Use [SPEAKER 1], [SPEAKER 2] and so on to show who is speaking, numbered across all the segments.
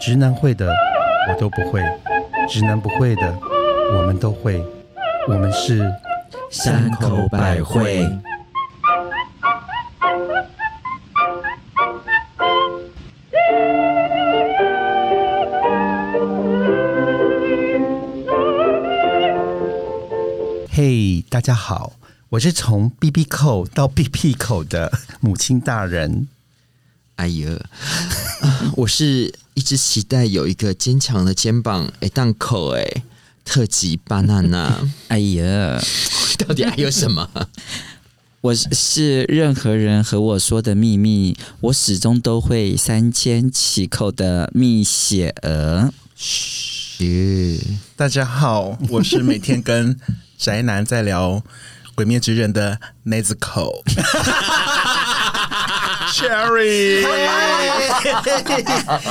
[SPEAKER 1] 直男会的我都不会，直男不会的我们都会，我们是
[SPEAKER 2] 山口百惠。
[SPEAKER 1] 嘿大家好，我是从 B B 扣到 B B 口的母亲大人。
[SPEAKER 2] 哎呀，啊 我是一直期待有一个坚强的肩膀，哎，档口，哎，特级巴娜娜，
[SPEAKER 3] 哎呀，
[SPEAKER 2] 到底还有什么？
[SPEAKER 3] 我是是任何人和我说的秘密，我始终都会三千起扣的蜜雪儿。
[SPEAKER 2] 耶，
[SPEAKER 4] 大家好，我是每天跟 宅男在聊《鬼灭之刃》的 Nezuko。Cherry，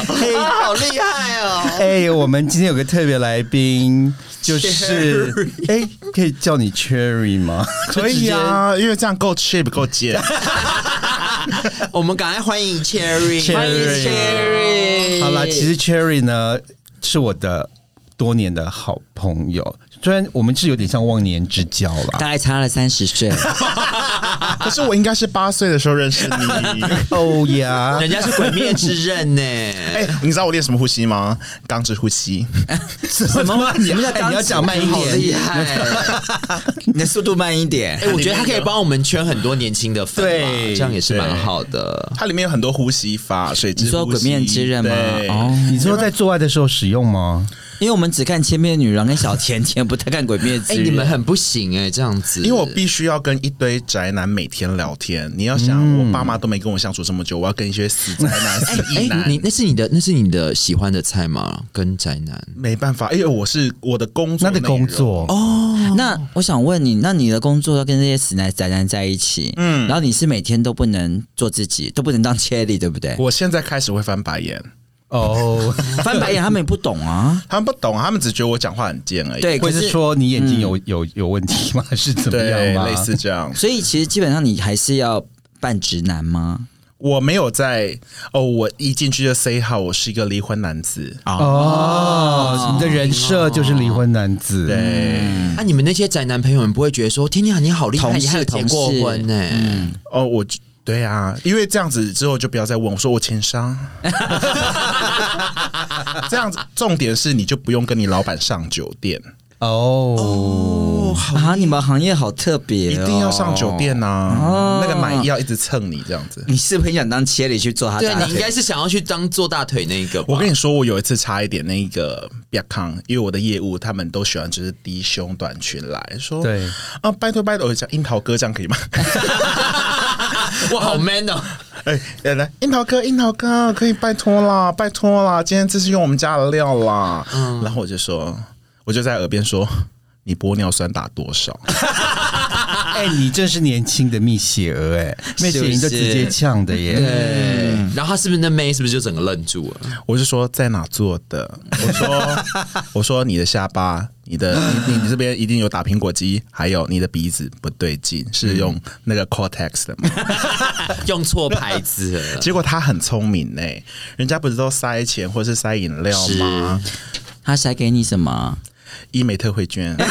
[SPEAKER 2] 嘿，好厉害哦！
[SPEAKER 1] 哎、我们今天有个特别来宾，就是哎、可以叫你 Cherry 吗？
[SPEAKER 4] 可以啊，因为这样够 cheap 够贱。
[SPEAKER 2] 我们赶快欢迎 Cherry，
[SPEAKER 1] 欢迎
[SPEAKER 2] Cherry
[SPEAKER 1] 好
[SPEAKER 3] 哎
[SPEAKER 1] 啦，其实 Cherry 呢是我的多年的好朋友，虽然我们是有点像忘年之交啦。
[SPEAKER 3] 大概差了三十岁，
[SPEAKER 4] 可是我应该是八岁的时候认识你。
[SPEAKER 1] 哦呀，
[SPEAKER 2] 人家是鬼灭之刃 呢，
[SPEAKER 4] 哎、你知道我练什么呼吸吗？钢之呼 吸。
[SPEAKER 1] 什么？你们要
[SPEAKER 2] 哎
[SPEAKER 1] 你要讲慢一
[SPEAKER 2] 好厉
[SPEAKER 1] 点。
[SPEAKER 2] 害！
[SPEAKER 3] 你的速度慢一点。
[SPEAKER 2] 哎，我觉得他可以帮我们圈很多年轻的粉吧，
[SPEAKER 1] 对
[SPEAKER 2] 这样也是蛮好的。
[SPEAKER 4] 它里面有很多呼吸法，水之
[SPEAKER 3] 你说
[SPEAKER 4] 呼吸
[SPEAKER 3] 鬼面之刃吗？
[SPEAKER 4] 对
[SPEAKER 3] 哦，
[SPEAKER 1] 你说在做爱的时候使用吗？
[SPEAKER 3] 因为我们只看千面女郎跟小甜甜，不太看鬼灭之
[SPEAKER 2] 哎，
[SPEAKER 3] 刃。
[SPEAKER 2] 你们很不行哎，这样子，
[SPEAKER 4] 因为我必须要跟一堆宅男每天聊天。你要想，我爸妈都没跟我相处这么久，我要跟一些死宅 男、死
[SPEAKER 2] 哎
[SPEAKER 4] 异、男。
[SPEAKER 2] 你那是你的那是你的喜欢的菜吗？跟宅男
[SPEAKER 4] 没办法，因为我是我的工作
[SPEAKER 1] 那
[SPEAKER 4] 内
[SPEAKER 1] 的
[SPEAKER 4] 容，
[SPEAKER 1] 工作哦，
[SPEAKER 3] 那我想问你，那你的工作要跟这些死男宅男在一起，嗯，然后你是每天都不能做自己，都不能当 Cherry，对不对？
[SPEAKER 4] 我现在开始会翻白眼，
[SPEAKER 1] 哦
[SPEAKER 3] 翻白眼他们也不懂啊。
[SPEAKER 4] 他们不懂，他们只觉得我讲话很贱
[SPEAKER 2] 哎
[SPEAKER 4] 而已。
[SPEAKER 3] 对，
[SPEAKER 1] 或
[SPEAKER 3] 可
[SPEAKER 1] 是
[SPEAKER 3] 是
[SPEAKER 1] 说你眼睛
[SPEAKER 4] 哎
[SPEAKER 1] 有有有问题吗？ 还是怎么样
[SPEAKER 4] 嗯对，
[SPEAKER 1] 吗？
[SPEAKER 4] 类似这样。
[SPEAKER 3] 所以其实基本上你还是要扮直男吗？
[SPEAKER 4] 我没有在哦，我一进去就 say 好，我是一个离婚男子。
[SPEAKER 1] 哦，你的人设就是离婚男子。
[SPEAKER 3] 嗯
[SPEAKER 4] 对，
[SPEAKER 2] 啊，你们那些宅男朋友们不会觉得说，天天啊，你好厉害，
[SPEAKER 3] 同事
[SPEAKER 2] 你还有结过婚呢？嗯
[SPEAKER 4] 哦，我就对啊，因为这样子之后就不要再问我说我 情商。这样子，重点是你就不用跟你老板上酒店，
[SPEAKER 1] 哦，
[SPEAKER 3] 啊，你们行业好特别、哦，哦
[SPEAKER 4] 一定要上酒。店呐、啊，那个奶要一直蹭你这样子。
[SPEAKER 3] 你是不是很想当切里去做他
[SPEAKER 2] 对
[SPEAKER 3] 大
[SPEAKER 2] 啊，你应
[SPEAKER 3] 腿？
[SPEAKER 2] 该是想要去当做大腿那一个吧。
[SPEAKER 4] 我跟你说，我有一次差一点那个比亚康，因为我的业务他们都喜欢就是低胸短裙来说，
[SPEAKER 1] 对
[SPEAKER 4] 啊，拜托拜托，我讲樱桃哥这样可以吗？
[SPEAKER 2] 我好 man 哦，
[SPEAKER 4] 哎、来来，樱桃哥，樱桃哥，可以拜托啦，拜托啦，今天这是用我们家的料啦。然后我就说，我就在耳边说，你玻尿酸打多少？
[SPEAKER 1] 哎，你真是年轻的蜜雪儿哎，蜜雪儿你就直接呛的耶。
[SPEAKER 2] 对。然后他是不是那妹是不是就整个愣住了？
[SPEAKER 4] 我就说在哪做的？我说，我说你的下巴，你的你你这边一定有打苹果肌，还有你的鼻子不对劲，是用那个 Cortex 的吗？
[SPEAKER 2] 用错牌子了。
[SPEAKER 4] 结果他很聪明呢、人家不是都塞钱或是塞饮料吗？
[SPEAKER 3] 他塞给你什么？
[SPEAKER 4] 医美特惠券。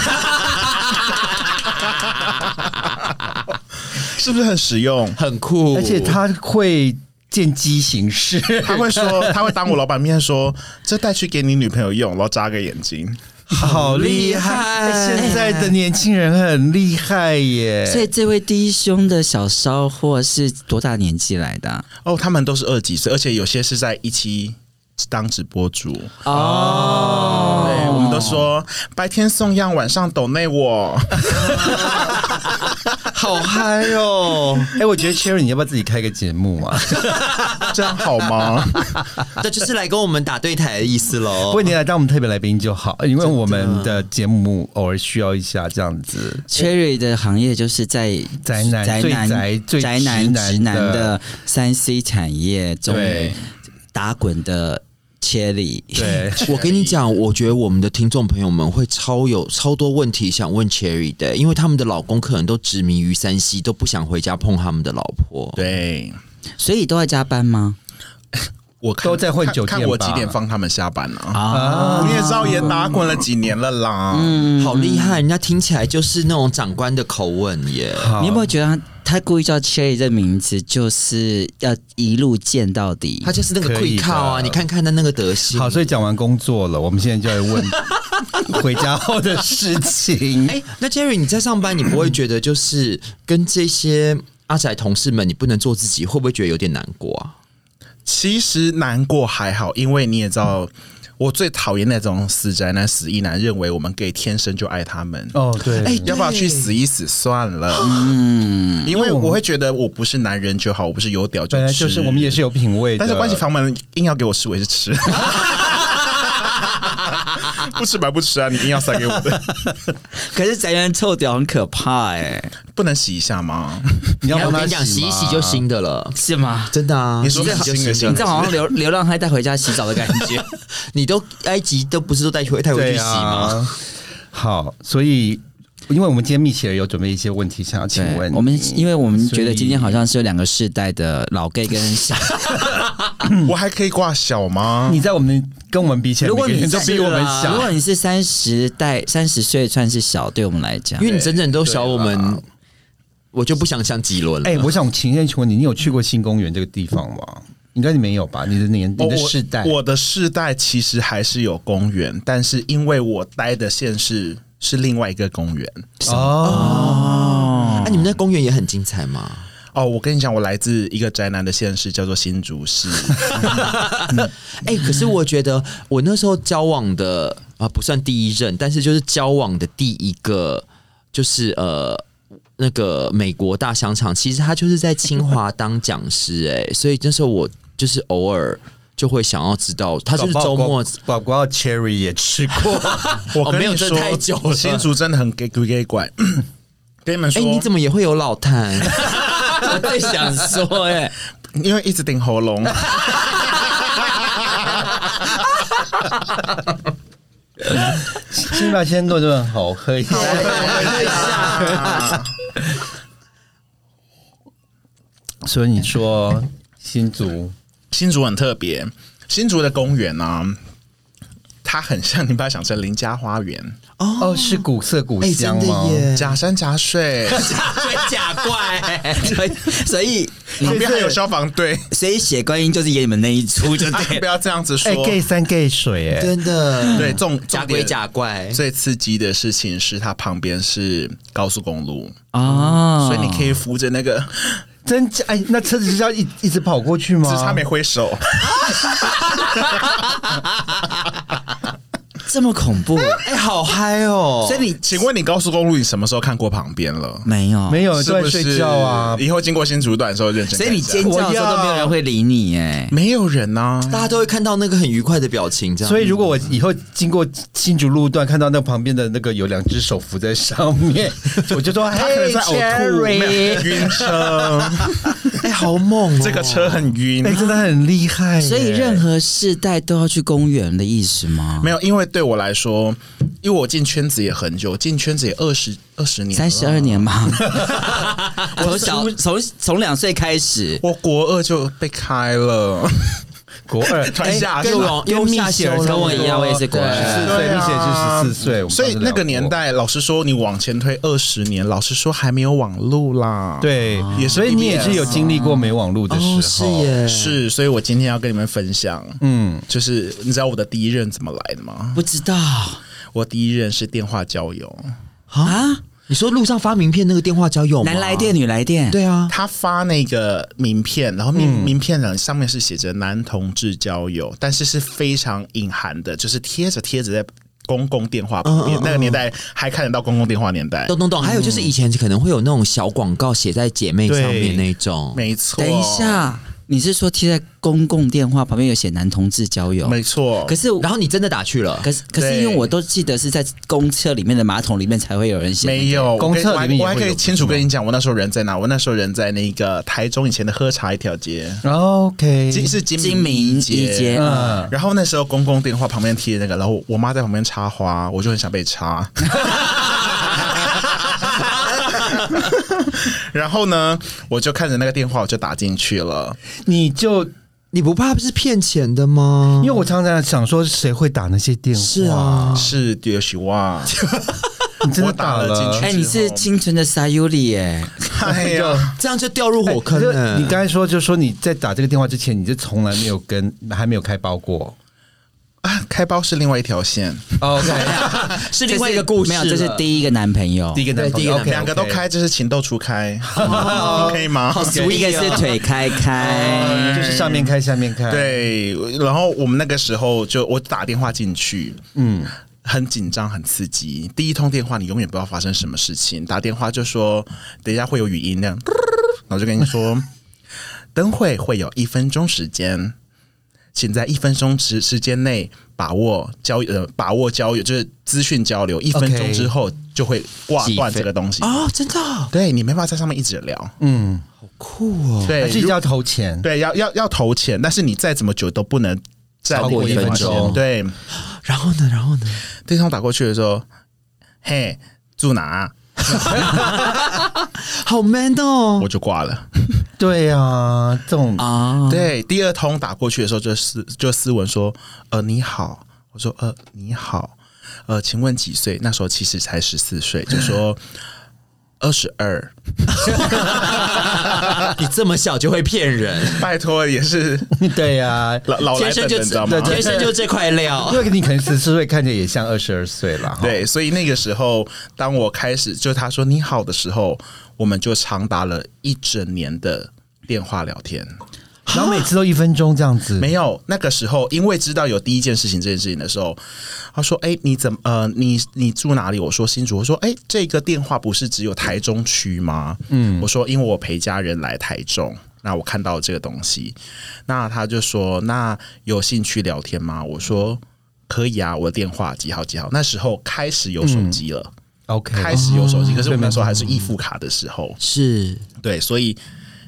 [SPEAKER 4] 是不是很实用？
[SPEAKER 2] 很酷，
[SPEAKER 1] 而且他会见机行事，
[SPEAKER 4] 他会说，他会当我老板面说，这带去给你女朋友用，然后扎个眼睛。
[SPEAKER 1] 好厉害！哎现在的年轻人很厉害耶。
[SPEAKER 3] 所以这位低胸的小骚货是多大年纪来的啊？
[SPEAKER 4] 哦，他们都是二十几岁，而且有些是在一期当直播主。
[SPEAKER 3] 哦，
[SPEAKER 4] 对，我们都说白天送样，晚上抖内我。
[SPEAKER 1] 好嗨哦！哎，我觉得 Cherry，你要不要自己开个节目啊？
[SPEAKER 4] 这样好吗？
[SPEAKER 2] 那就是来跟我们打对台的意思喽。
[SPEAKER 1] 不过你来当我们特别来宾就好，因为我们的节目偶尔需要一下这样子。
[SPEAKER 3] Cherry 的行业就是在
[SPEAKER 1] 宅男
[SPEAKER 3] 宅
[SPEAKER 1] 最
[SPEAKER 3] 男
[SPEAKER 1] 宅最
[SPEAKER 3] 宅
[SPEAKER 1] 直
[SPEAKER 3] 男
[SPEAKER 1] 男
[SPEAKER 3] 直男
[SPEAKER 1] 的
[SPEAKER 3] 的三 C 产业中
[SPEAKER 1] 对
[SPEAKER 3] 打滚的 Cherry，
[SPEAKER 1] 对，
[SPEAKER 2] 我跟你讲，我觉得我们的听众朋友们会超有超多问题想问 Cherry 的，因为他们的老公可能都执迷于山西，都不想回家碰他们的老婆。
[SPEAKER 4] 对，
[SPEAKER 3] 所以都在加班吗？
[SPEAKER 4] 我看
[SPEAKER 1] 都在混酒店
[SPEAKER 4] 看看我
[SPEAKER 1] 吧
[SPEAKER 4] 几点放他们下班啊？
[SPEAKER 2] 啊，
[SPEAKER 4] 你也知道，也打滚了几年了啦。
[SPEAKER 1] 嗯
[SPEAKER 2] 好厉害！人家听起来就是那种长官的口吻耶。
[SPEAKER 1] 好
[SPEAKER 3] 你有没有觉得他他故意叫 Cherry 这名字，就是要一路见到底？
[SPEAKER 2] 他就是那个
[SPEAKER 1] 可以
[SPEAKER 2] 跪
[SPEAKER 1] 的
[SPEAKER 2] 靠啊，你看看他那个德行。
[SPEAKER 1] 好，所以讲完工作了，我们现在就来问 回家后的事情。
[SPEAKER 2] 哎、那 Jerry，你在上班，你不会觉得就是跟这些阿宅同事们，你不能做自己，会不会觉得有点难过啊？
[SPEAKER 4] 其实难过还好，因为你也知道，我最讨厌那种死宅男、死意男，认为我们 gay 天生就爱他们。
[SPEAKER 1] 哦，对，
[SPEAKER 2] 哎
[SPEAKER 4] 要不要
[SPEAKER 2] 对
[SPEAKER 4] 去死一死算了？嗯，因为我会觉得我不是男人就好，我不是有屌就
[SPEAKER 1] 本来
[SPEAKER 4] 吃
[SPEAKER 1] 就是我们也是有品味的，
[SPEAKER 4] 但是关起房门硬要给我吃，我也是吃。 不吃白不吃啊！你硬要塞给 我的，
[SPEAKER 3] 可是宅男臭屌很可怕哎、
[SPEAKER 4] 不能洗一下吗？
[SPEAKER 1] 你要
[SPEAKER 2] 哎我
[SPEAKER 1] 帮
[SPEAKER 2] 跟
[SPEAKER 1] 他
[SPEAKER 2] 你讲，洗一洗就新的了，
[SPEAKER 3] 是吗？
[SPEAKER 2] 真的啊。
[SPEAKER 4] 你说
[SPEAKER 2] 洗一洗就
[SPEAKER 4] 新的
[SPEAKER 2] 新
[SPEAKER 3] 你
[SPEAKER 2] 的，
[SPEAKER 3] 这好像流流浪汉带回家洗澡的感 觉。
[SPEAKER 2] 你都埃及都不是都带回带回去
[SPEAKER 1] 对
[SPEAKER 2] 洗吗？
[SPEAKER 1] 啊。好，所以因为我们今天密切有准备一些问题想要请
[SPEAKER 3] 对
[SPEAKER 1] 问你，
[SPEAKER 3] 我们因为我们
[SPEAKER 1] 所以
[SPEAKER 3] 觉得今天好像是有两个世代的老 gay 跟小，
[SPEAKER 4] 我还可以挂小吗？
[SPEAKER 1] 你在我们跟我们比起来，
[SPEAKER 3] 如果
[SPEAKER 1] 每个
[SPEAKER 3] 你
[SPEAKER 1] 人都
[SPEAKER 3] 是
[SPEAKER 1] 比我们
[SPEAKER 3] 如果
[SPEAKER 1] 小，
[SPEAKER 3] 你是三十代三十岁算是小，对我们来讲
[SPEAKER 2] 因，为你整整都小我
[SPEAKER 4] 对啦
[SPEAKER 2] 们，我就不想像几轮了。
[SPEAKER 1] 哎、我想请问请问你，你有去过新公园这个地方吗？应该你没有吧？你的年
[SPEAKER 4] 哦我
[SPEAKER 1] 你的世代，
[SPEAKER 4] 我，我的世代其实还是有公园，但是因为我待的县市是另外一个公园。
[SPEAKER 1] 哦，
[SPEAKER 2] 那、啊你们那公园也很精彩吗？
[SPEAKER 4] 哦，我跟你讲，我来自一个宅男的县市，叫做新竹 市。
[SPEAKER 2] 哎、可是我觉得我那时候交往的啊，不算第一任，但是就是交往的第一个，就是呃。那个美国大商场，其实他就是在清华当讲师、哎，所以那时候我就是偶尔就会想要知道，他就是周末
[SPEAKER 1] 宝宝 Cherry 也吃过，
[SPEAKER 4] 我跟
[SPEAKER 2] 哦没有
[SPEAKER 4] 你
[SPEAKER 2] 这
[SPEAKER 4] 说，
[SPEAKER 2] 太久了
[SPEAKER 4] 新竹真的很 gay gay gay 怪。跟你们
[SPEAKER 2] 哎、
[SPEAKER 4] 说，
[SPEAKER 2] 你怎么也会有老痰？
[SPEAKER 3] 我在想说、哎，
[SPEAKER 4] 因为一直顶喉 咙。
[SPEAKER 1] 辛巴鲜炖真的好喝一下。所以你说新竹
[SPEAKER 4] 新竹很特别，新竹的公园呢、它很像你把它想成林家花园，
[SPEAKER 1] 哦是古色古
[SPEAKER 2] 哎、
[SPEAKER 1] 香
[SPEAKER 2] 真的
[SPEAKER 1] 吗？
[SPEAKER 2] 耶！
[SPEAKER 4] 假山假 水，
[SPEAKER 3] 对假怪、
[SPEAKER 2] 哎
[SPEAKER 3] 所以所以
[SPEAKER 4] 旁边还有消防队。
[SPEAKER 3] 所以写观音就是演你们那一出就对
[SPEAKER 4] 不
[SPEAKER 3] 了。
[SPEAKER 4] 要这样子说
[SPEAKER 1] 哎、，gay 三 gay 水哎、
[SPEAKER 2] 真的，
[SPEAKER 4] 对，重
[SPEAKER 2] 假
[SPEAKER 4] 重点
[SPEAKER 2] 鬼
[SPEAKER 3] 啊
[SPEAKER 2] 假怪，
[SPEAKER 4] 最刺激的事情是它旁边是高速公路，
[SPEAKER 3] 哦
[SPEAKER 4] 所以你可以扶着那个，
[SPEAKER 1] 真假哎、那车子是要一一直跑过去吗？
[SPEAKER 4] 只差没挥手。
[SPEAKER 3] 这么恐怖，
[SPEAKER 2] 哎、好嗨哦！
[SPEAKER 3] 所以你
[SPEAKER 4] 请问你高速公路你什么时候看过旁边了？
[SPEAKER 3] 没
[SPEAKER 2] 啊
[SPEAKER 3] 有
[SPEAKER 1] 没有
[SPEAKER 4] 是
[SPEAKER 1] 呃都在
[SPEAKER 4] 不是
[SPEAKER 1] 睡觉啊。
[SPEAKER 4] 以后经过新竹段的时候认真
[SPEAKER 3] 所
[SPEAKER 4] 看一下，
[SPEAKER 3] 以你尖叫的时候都没有人会理你哎、
[SPEAKER 4] 没有人啊呐、
[SPEAKER 2] 大家都会看到那个很愉快的表情，这样。
[SPEAKER 1] 所以，如果我以后经过新竹路段，看到那旁边的那个有两只手扶在上 面，我就说：“
[SPEAKER 4] 他可能在呕吐，没有晕 车，
[SPEAKER 2] 哎、好猛、哦！
[SPEAKER 4] 这个车很晕
[SPEAKER 1] 哎、。真的很厉害耶、
[SPEAKER 3] 所以任何世代都要去公园的意思吗？
[SPEAKER 4] 没有，因为对我来说，因为我进圈子也很久，进圈子也二十二十年，
[SPEAKER 3] 三十二。年吗？从小从从两岁开始，
[SPEAKER 4] 我国二就被开了，
[SPEAKER 1] 国二，
[SPEAKER 4] 突然下
[SPEAKER 2] 跟
[SPEAKER 4] 去了
[SPEAKER 2] 我跟蜜雪儿
[SPEAKER 3] 跟我一样，我也是国
[SPEAKER 1] 十四
[SPEAKER 3] 人。
[SPEAKER 1] 岁，
[SPEAKER 4] 对
[SPEAKER 1] 并
[SPEAKER 4] 啊
[SPEAKER 1] 且是十四岁，我们
[SPEAKER 4] 所以
[SPEAKER 1] 当时
[SPEAKER 4] 那
[SPEAKER 1] 聊
[SPEAKER 4] 个
[SPEAKER 1] 过
[SPEAKER 4] 年，代，老实说，你往前推二十年，老实说还没有网路啦。，
[SPEAKER 1] 对，
[SPEAKER 4] 也是
[SPEAKER 1] 所以你也
[SPEAKER 4] BBS
[SPEAKER 1] 是有经历过没网络的时候，
[SPEAKER 2] 哦，是耶，
[SPEAKER 4] 是，所以我今天要跟你们分享，
[SPEAKER 1] 嗯，
[SPEAKER 4] 就是你知道我的第一任怎么来的吗？
[SPEAKER 3] 不知道
[SPEAKER 4] 我第一任是电话交友，
[SPEAKER 3] 啊，
[SPEAKER 2] 你说路上发名片那个电话交友吗
[SPEAKER 3] 男来？电女来电，，
[SPEAKER 2] 对啊，
[SPEAKER 4] 他发那个名片，然后名、名片上上面是写着男同志交友，但是是非常隐含的，就是贴着贴着在公共电话旁边。那个年代还看得到公共电话年代，
[SPEAKER 2] 懂懂懂。还有就是以前可能会有那种小广告写在姐妹上面
[SPEAKER 1] 对
[SPEAKER 2] 那种，
[SPEAKER 4] 没错。
[SPEAKER 3] 等一，下，你是说贴在公共电话旁边有写男同志交友？
[SPEAKER 4] 没错
[SPEAKER 3] 可。是
[SPEAKER 2] 然后你真的打去了，
[SPEAKER 3] 可是可是
[SPEAKER 4] 对
[SPEAKER 3] 因为我都记得是在公厕里面的马桶里面才会有人写，
[SPEAKER 4] 没有，
[SPEAKER 1] 公
[SPEAKER 4] 我跟
[SPEAKER 1] 厕
[SPEAKER 4] 我还
[SPEAKER 1] 里面也
[SPEAKER 4] 我还
[SPEAKER 1] 会
[SPEAKER 4] 可以
[SPEAKER 1] 有
[SPEAKER 4] 清楚跟你讲，我那时候人在哪？我那时候人在那个台中以前的喝茶一条街，
[SPEAKER 1] ，OK，
[SPEAKER 4] 金是金
[SPEAKER 3] 金明
[SPEAKER 4] 一
[SPEAKER 3] 一街，嗯，
[SPEAKER 4] 然后那时候公共电话旁边贴那个，然后我妈在旁边插花，我就很想被插。然后呢，我就看着那个电话，我就打进去了。
[SPEAKER 1] 你就
[SPEAKER 2] 你不怕是骗钱的吗？
[SPEAKER 1] 因为我常常想说，谁会打那些电话？
[SPEAKER 2] 是，啊，
[SPEAKER 4] 是也许哇，
[SPEAKER 1] 你真的
[SPEAKER 4] 我打了进去
[SPEAKER 3] 哎、你是清纯的沙尤里耶，
[SPEAKER 4] 哎呀，
[SPEAKER 2] 这样就掉入火
[SPEAKER 1] 可
[SPEAKER 2] 坑哎
[SPEAKER 1] 是
[SPEAKER 2] 了。
[SPEAKER 1] 哎你刚才说，就说你在打这个电话之前，你就从来没有跟还没有开包过。
[SPEAKER 4] 啊开包是另外一条线，
[SPEAKER 1] OK，
[SPEAKER 2] 是另外一个故事
[SPEAKER 3] 没有，这是
[SPEAKER 2] 了
[SPEAKER 3] 第一个男朋友
[SPEAKER 1] 第，一个男朋友，
[SPEAKER 2] 对第一
[SPEAKER 1] OK，
[SPEAKER 2] 个
[SPEAKER 4] 两个都
[SPEAKER 1] OK
[SPEAKER 4] 开，就是情窦初开， 可以吗？
[SPEAKER 1] sweet
[SPEAKER 3] 一个是腿开开，
[SPEAKER 1] 嗯就是上面开，下面开。，
[SPEAKER 4] 对，然后我们那个时候就我打电话进去，嗯，很紧张，很刺激。第一通电话你永远不知道发生什么事情，打电话就说等一下会有语音那样，然后就跟你说，等会会有一分钟时间，请在一分钟时时间内把握交呃把握交友，就是资讯交流，一分
[SPEAKER 1] OK
[SPEAKER 4] 钟之后就会挂
[SPEAKER 3] 计
[SPEAKER 4] 断
[SPEAKER 3] 费
[SPEAKER 4] 这个东西。
[SPEAKER 2] 哦，真的哦
[SPEAKER 4] 对你没办法在上面一直聊，
[SPEAKER 1] 嗯，
[SPEAKER 2] 酷哦，
[SPEAKER 4] 对，
[SPEAKER 1] 还是
[SPEAKER 4] 如
[SPEAKER 1] 要投钱。
[SPEAKER 4] 对，要要要投钱，但是你再怎么久都不能再
[SPEAKER 1] 超过
[SPEAKER 4] 那个
[SPEAKER 1] 一分
[SPEAKER 4] 款
[SPEAKER 1] 钟
[SPEAKER 4] 钱对，
[SPEAKER 2] 然后呢，然后呢，
[SPEAKER 4] 对方打过去的时候，嘿，住哪啊、
[SPEAKER 2] 好 man 哦，
[SPEAKER 4] 我就挂了。
[SPEAKER 1] 对啊，这种
[SPEAKER 3] 啊，
[SPEAKER 4] 对，第二通打过去的时候就斯就斯文说，呃，你好，我说呃你好，呃，请问几岁？那时候其实才十四岁，就说二十二，
[SPEAKER 2] 你这么小就会骗人，
[SPEAKER 4] 拜托也是
[SPEAKER 1] 对啊，
[SPEAKER 4] 老老来
[SPEAKER 2] 天生
[SPEAKER 4] 本
[SPEAKER 2] 就
[SPEAKER 4] 的，你知道吗？
[SPEAKER 2] 天生就这块料
[SPEAKER 1] 因。为你可能十四岁，看着也像二十二岁了。哈，
[SPEAKER 4] 对，所以那个时候，当我开始就他说你好的时候，我们就长达了一整年的电话聊天。
[SPEAKER 1] 然后每次都一分钟这样子，
[SPEAKER 4] 没有，那个时候因为知道有第一件事情这件事情的时候，他说：“哎、你怎么呃，你你住哪里？”我说：“新竹。”我说：“哎、这个电话不是只有台中区吗？”嗯，我说：“因为我陪家人来台中。”那我看到这个东西，那他就说：“那有兴趣聊天吗？”我说：“可以啊，我的电话几号几号。”那时候开始有手机了，
[SPEAKER 1] OK，
[SPEAKER 4] 开始有手
[SPEAKER 2] 哦
[SPEAKER 4] 机，可是我们那时候还是预付卡的时候，
[SPEAKER 2] 是，
[SPEAKER 4] 对，所以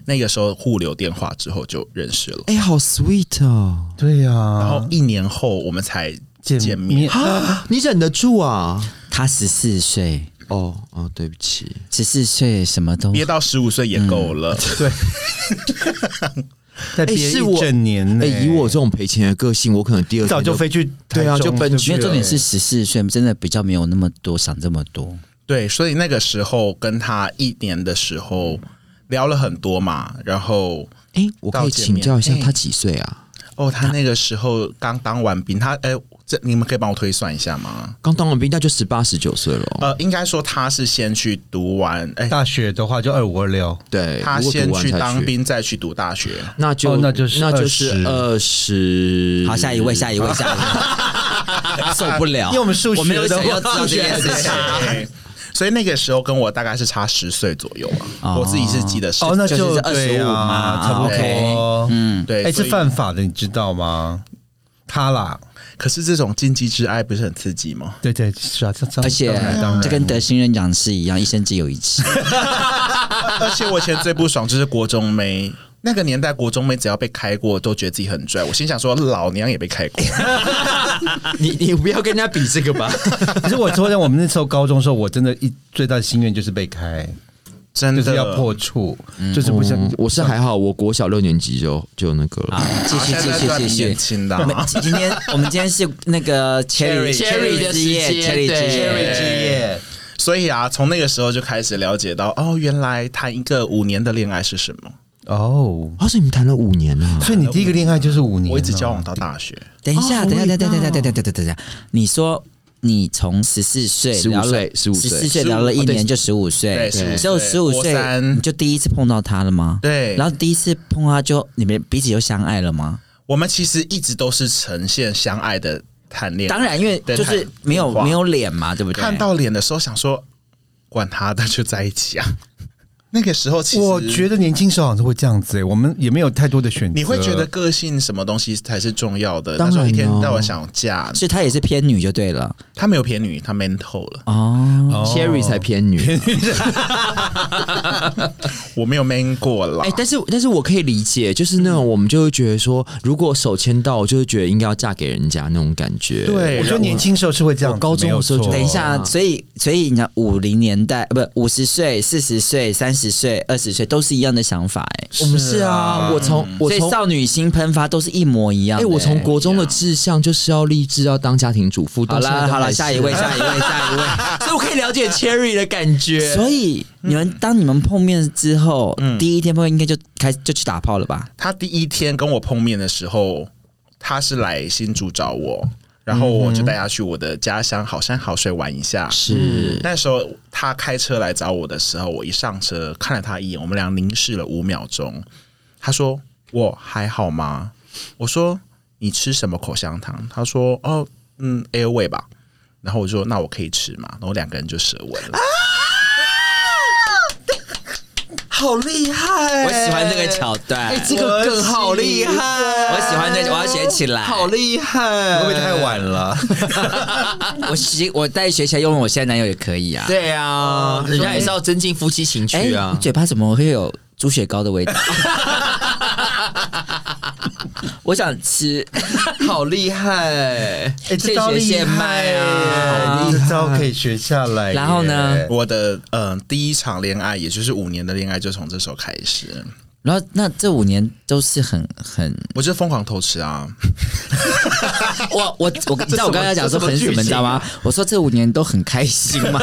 [SPEAKER 4] 那个时候互留电话之后就认识了。
[SPEAKER 2] 哎、好 sweet 哦，
[SPEAKER 1] 对呀、
[SPEAKER 4] 然
[SPEAKER 1] 啊
[SPEAKER 4] 后，一年后我们才
[SPEAKER 1] 见
[SPEAKER 4] 见面。
[SPEAKER 2] 啊，你忍得住啊？
[SPEAKER 3] 他十四岁，
[SPEAKER 2] 哦哦，对不起，
[SPEAKER 3] 十四岁什么都
[SPEAKER 4] 憋到十五岁也够了，
[SPEAKER 2] 嗯
[SPEAKER 1] 再憋
[SPEAKER 2] 哎是
[SPEAKER 1] 哎一
[SPEAKER 2] 我
[SPEAKER 1] 整年呢、
[SPEAKER 2] 哎、以我这种赔钱的个性，我可能第二
[SPEAKER 1] 早
[SPEAKER 2] 天
[SPEAKER 1] 就飞去台中，
[SPEAKER 2] 对啊就奔去
[SPEAKER 1] 对
[SPEAKER 3] 没有
[SPEAKER 1] 不对
[SPEAKER 3] 重点是十四岁，真的比较没有那么多想这么多。
[SPEAKER 4] 对，所以那个时候跟他一年的时候聊了很多嘛，然后
[SPEAKER 2] 哎、我可以请教一下，他几岁啊？
[SPEAKER 4] 哦，他那个时候刚当完兵，他哎、这你们可以帮我推算一下吗？
[SPEAKER 2] 刚当完兵，那就十八十九岁了哦、
[SPEAKER 4] 呃，应该说他是先去读完，哎、
[SPEAKER 1] 大学的话就二五二六，
[SPEAKER 2] 对，
[SPEAKER 4] 他
[SPEAKER 2] 如果
[SPEAKER 4] 先
[SPEAKER 2] 读完
[SPEAKER 4] 去
[SPEAKER 2] 才
[SPEAKER 4] 当，兵，再去读大学。
[SPEAKER 2] 那就、
[SPEAKER 1] 哦那就是
[SPEAKER 2] 那就是二十。
[SPEAKER 3] 好，下一位，下一位，下一位， 受不了，
[SPEAKER 1] 因为我们数学
[SPEAKER 3] 我没有
[SPEAKER 1] 的
[SPEAKER 3] 想
[SPEAKER 1] 话
[SPEAKER 3] 要知道 这件事情。
[SPEAKER 4] 对所以那个时候跟我大概是差十岁左右吧，
[SPEAKER 3] 哦
[SPEAKER 4] 我自己是记得是
[SPEAKER 1] 哦，那
[SPEAKER 3] 就是25
[SPEAKER 1] 对啊
[SPEAKER 3] 嘛
[SPEAKER 1] 差不多。
[SPEAKER 3] OK
[SPEAKER 1] 嗯，
[SPEAKER 3] 嗯，
[SPEAKER 4] 对，
[SPEAKER 1] 哎、是
[SPEAKER 4] 所以
[SPEAKER 1] 犯法的，你知道吗？他啦，
[SPEAKER 4] 可是这种禁忌之爱不是很刺激吗？
[SPEAKER 1] 对对是啊，这这
[SPEAKER 3] 而且
[SPEAKER 1] 当然当然
[SPEAKER 3] 这跟得心应手是一样，一生只有一次。
[SPEAKER 4] 而且我以前最不爽就是国中妹。那个年代，国中妹只要被开过，都觉得自己很拽。我心想说，老娘也被 开过。
[SPEAKER 2] 你你不要跟人家比这个吧。
[SPEAKER 1] 可是我承认，我们那时候高中的时候，我真的一最大的心愿就是被开，
[SPEAKER 4] 真
[SPEAKER 1] 就
[SPEAKER 4] 的
[SPEAKER 1] 是要破处，就是不想。
[SPEAKER 2] 嗯我是还好，我国小六年级就就那个了
[SPEAKER 1] 啊
[SPEAKER 3] 好。，继续，继续，继续
[SPEAKER 4] 年。轻的
[SPEAKER 3] 我们
[SPEAKER 4] 啊、
[SPEAKER 3] 今天我们今天是那个
[SPEAKER 1] Cherry
[SPEAKER 3] Cherry
[SPEAKER 2] Cherry 的
[SPEAKER 3] 之夜
[SPEAKER 2] 时间
[SPEAKER 3] ，Cherry 之
[SPEAKER 2] 对
[SPEAKER 3] 夜
[SPEAKER 2] Cherry
[SPEAKER 1] 之夜，
[SPEAKER 4] 所以啊，从那个时候就开始了解到，哦，原来谈一个五年的恋爱是什么。
[SPEAKER 1] 哦，
[SPEAKER 2] 而且你们谈了五年啊，
[SPEAKER 1] 所以你第一个恋爱就是五年了，哦啊
[SPEAKER 4] 我一直交往到大学，
[SPEAKER 3] 等一下，
[SPEAKER 2] 哦
[SPEAKER 3] 等一下，
[SPEAKER 2] 好
[SPEAKER 3] 等
[SPEAKER 2] 伟
[SPEAKER 3] 一下，等
[SPEAKER 2] 大
[SPEAKER 3] 一下，等一下，等一下，等一下，你说你从十四岁
[SPEAKER 2] 15
[SPEAKER 3] 聊了，
[SPEAKER 2] 岁15岁
[SPEAKER 3] 十四岁聊了一年就十五岁
[SPEAKER 4] 对，15
[SPEAKER 3] 只有十五岁
[SPEAKER 4] 国三
[SPEAKER 3] 你就第一次碰到他了吗？
[SPEAKER 4] 对
[SPEAKER 3] 然后第一次碰到他就你们彼此就相爱了吗？
[SPEAKER 4] 我们其实一直都是呈现相爱的谈恋爱。
[SPEAKER 3] 当然，因为
[SPEAKER 4] 对
[SPEAKER 3] 就是没有
[SPEAKER 4] 谈
[SPEAKER 3] 没有脸嘛，对不对？
[SPEAKER 4] 看到脸的时候，想说管他的，就在一起啊。 那个时候，其实
[SPEAKER 1] 我觉得年轻时候好像是会这样子、欸，我们也没有太多的选择。
[SPEAKER 4] 你会觉得个性什么东西才是重要的？
[SPEAKER 2] 当然
[SPEAKER 4] 那时候一天
[SPEAKER 2] 哦
[SPEAKER 4] 到晚想嫁，
[SPEAKER 3] 所以他也是偏女就对了
[SPEAKER 4] 他没有偏女，他 man 透了。
[SPEAKER 3] 哦。
[SPEAKER 1] 哦
[SPEAKER 2] Cherry 才偏女。
[SPEAKER 4] 我没有 man 过啦。
[SPEAKER 2] 哎、但是但是我可以理解，就是那种
[SPEAKER 3] 嗯
[SPEAKER 2] 我们就会觉得说，如果手牵到，我就会觉得应该要嫁给人家那种感觉。
[SPEAKER 1] 我
[SPEAKER 4] 对，
[SPEAKER 1] 觉得年轻时候是会这样子，
[SPEAKER 2] 我高中的时候就
[SPEAKER 1] 没有错
[SPEAKER 3] 等一下，所以所以你看，五零年代呃不五十岁、四十岁、三十十岁、二十岁都是一样的想法、哎，
[SPEAKER 2] 我们是啊，我从
[SPEAKER 3] 嗯
[SPEAKER 2] 我
[SPEAKER 3] 所以
[SPEAKER 2] 从
[SPEAKER 3] 少女心喷发都是一模一样
[SPEAKER 2] 哎、
[SPEAKER 3] 的、
[SPEAKER 2] 我从国中的志向就是要立志要当家庭主妇。
[SPEAKER 3] 好
[SPEAKER 2] 到现在
[SPEAKER 3] 啦
[SPEAKER 2] 都
[SPEAKER 3] 好啦，
[SPEAKER 2] 还是
[SPEAKER 3] 下一位，下一位，下一位。
[SPEAKER 2] 所以我可以了解 Cherry 的感觉。
[SPEAKER 3] 所以嗯你们当你们碰面之后，第一天碰面应该就开就去打炮了吧？
[SPEAKER 4] 他第一天跟我碰面的时候，他是来新竹找我，然后我就带他去我的家乡好山好水玩一下。
[SPEAKER 2] 是
[SPEAKER 4] 那时候他开车来找我的时候，我一上车看了他一眼，我们俩凝视了五秒钟。他说：“我还好吗？”我说：“你吃什么口香糖？”他说：“哦，嗯，Airway 吧。”然后我就说：“哦嗯那我可以吃吗？”然后两个人就舌吻了。
[SPEAKER 2] 好厉害
[SPEAKER 3] 我喜欢这个桥段，
[SPEAKER 2] 哎、这个更好厉害，
[SPEAKER 3] 我喜欢这个我要学起来
[SPEAKER 2] 好厉害，
[SPEAKER 1] 会不会太？晚了？
[SPEAKER 3] 我学我带学起来用我现在男友也可以啊。
[SPEAKER 2] 对啊，人家也是要增进夫妻情趣啊
[SPEAKER 3] 你。嘴巴怎么会有猪血糕的 味道？我想吃，
[SPEAKER 2] 好厉害！
[SPEAKER 1] 哎，这招厉
[SPEAKER 3] 现学现
[SPEAKER 1] 害
[SPEAKER 3] 卖啊
[SPEAKER 1] 耶！这招可以学下来耶。
[SPEAKER 3] 然后呢
[SPEAKER 4] 我的嗯、呃第一场恋爱，也就是五年的恋爱，就从这时候开始。
[SPEAKER 3] 然后那这五年都是很很，
[SPEAKER 4] 我就疯狂偷吃啊！
[SPEAKER 3] 我我我，你知道我刚才讲说很什
[SPEAKER 2] 这什
[SPEAKER 3] 么，
[SPEAKER 2] 么
[SPEAKER 3] 你知道吗？我说这五年都很开心嘛，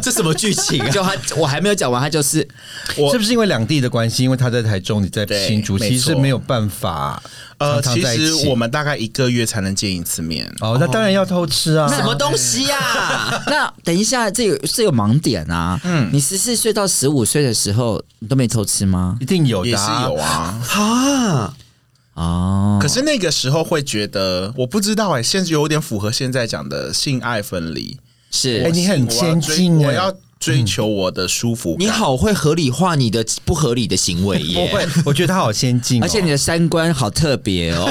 [SPEAKER 2] 这什么剧情啊？
[SPEAKER 3] 就他我还没有讲完，他就是
[SPEAKER 4] 我
[SPEAKER 1] 是不是因为两地的关系？因为他在台中，你在
[SPEAKER 4] 对
[SPEAKER 1] 新竹，
[SPEAKER 4] 没
[SPEAKER 1] 其实
[SPEAKER 4] 错
[SPEAKER 1] 没有办法
[SPEAKER 4] 呃，
[SPEAKER 1] 常常
[SPEAKER 4] 其
[SPEAKER 1] 在一
[SPEAKER 4] 实
[SPEAKER 1] 起
[SPEAKER 4] 我们大概一个月才能见一次面。
[SPEAKER 1] 哦，那当然要偷吃啊！
[SPEAKER 3] 什么东西呀、那等一下，这有这有盲点啊！嗯，你十四岁到十五岁的时候，你都没偷吃吗？
[SPEAKER 1] 一定有
[SPEAKER 4] 也
[SPEAKER 1] 的、
[SPEAKER 4] 是
[SPEAKER 1] 啊，
[SPEAKER 4] 有啊，
[SPEAKER 2] 啊，
[SPEAKER 3] 哦，
[SPEAKER 4] 可是那个时候会觉得，我不知道哎、现在有点符合现在讲的性爱分离。
[SPEAKER 1] 哎
[SPEAKER 3] 是
[SPEAKER 1] 你很先进
[SPEAKER 4] 我
[SPEAKER 1] 哎
[SPEAKER 4] 要追求我的舒服
[SPEAKER 2] 嗯你
[SPEAKER 4] 感。
[SPEAKER 2] 好会合理化你的不合理的行为
[SPEAKER 1] 不
[SPEAKER 2] 耶！
[SPEAKER 1] 会，我觉得他好先进、哦，
[SPEAKER 3] 而且你的三观好特别哦。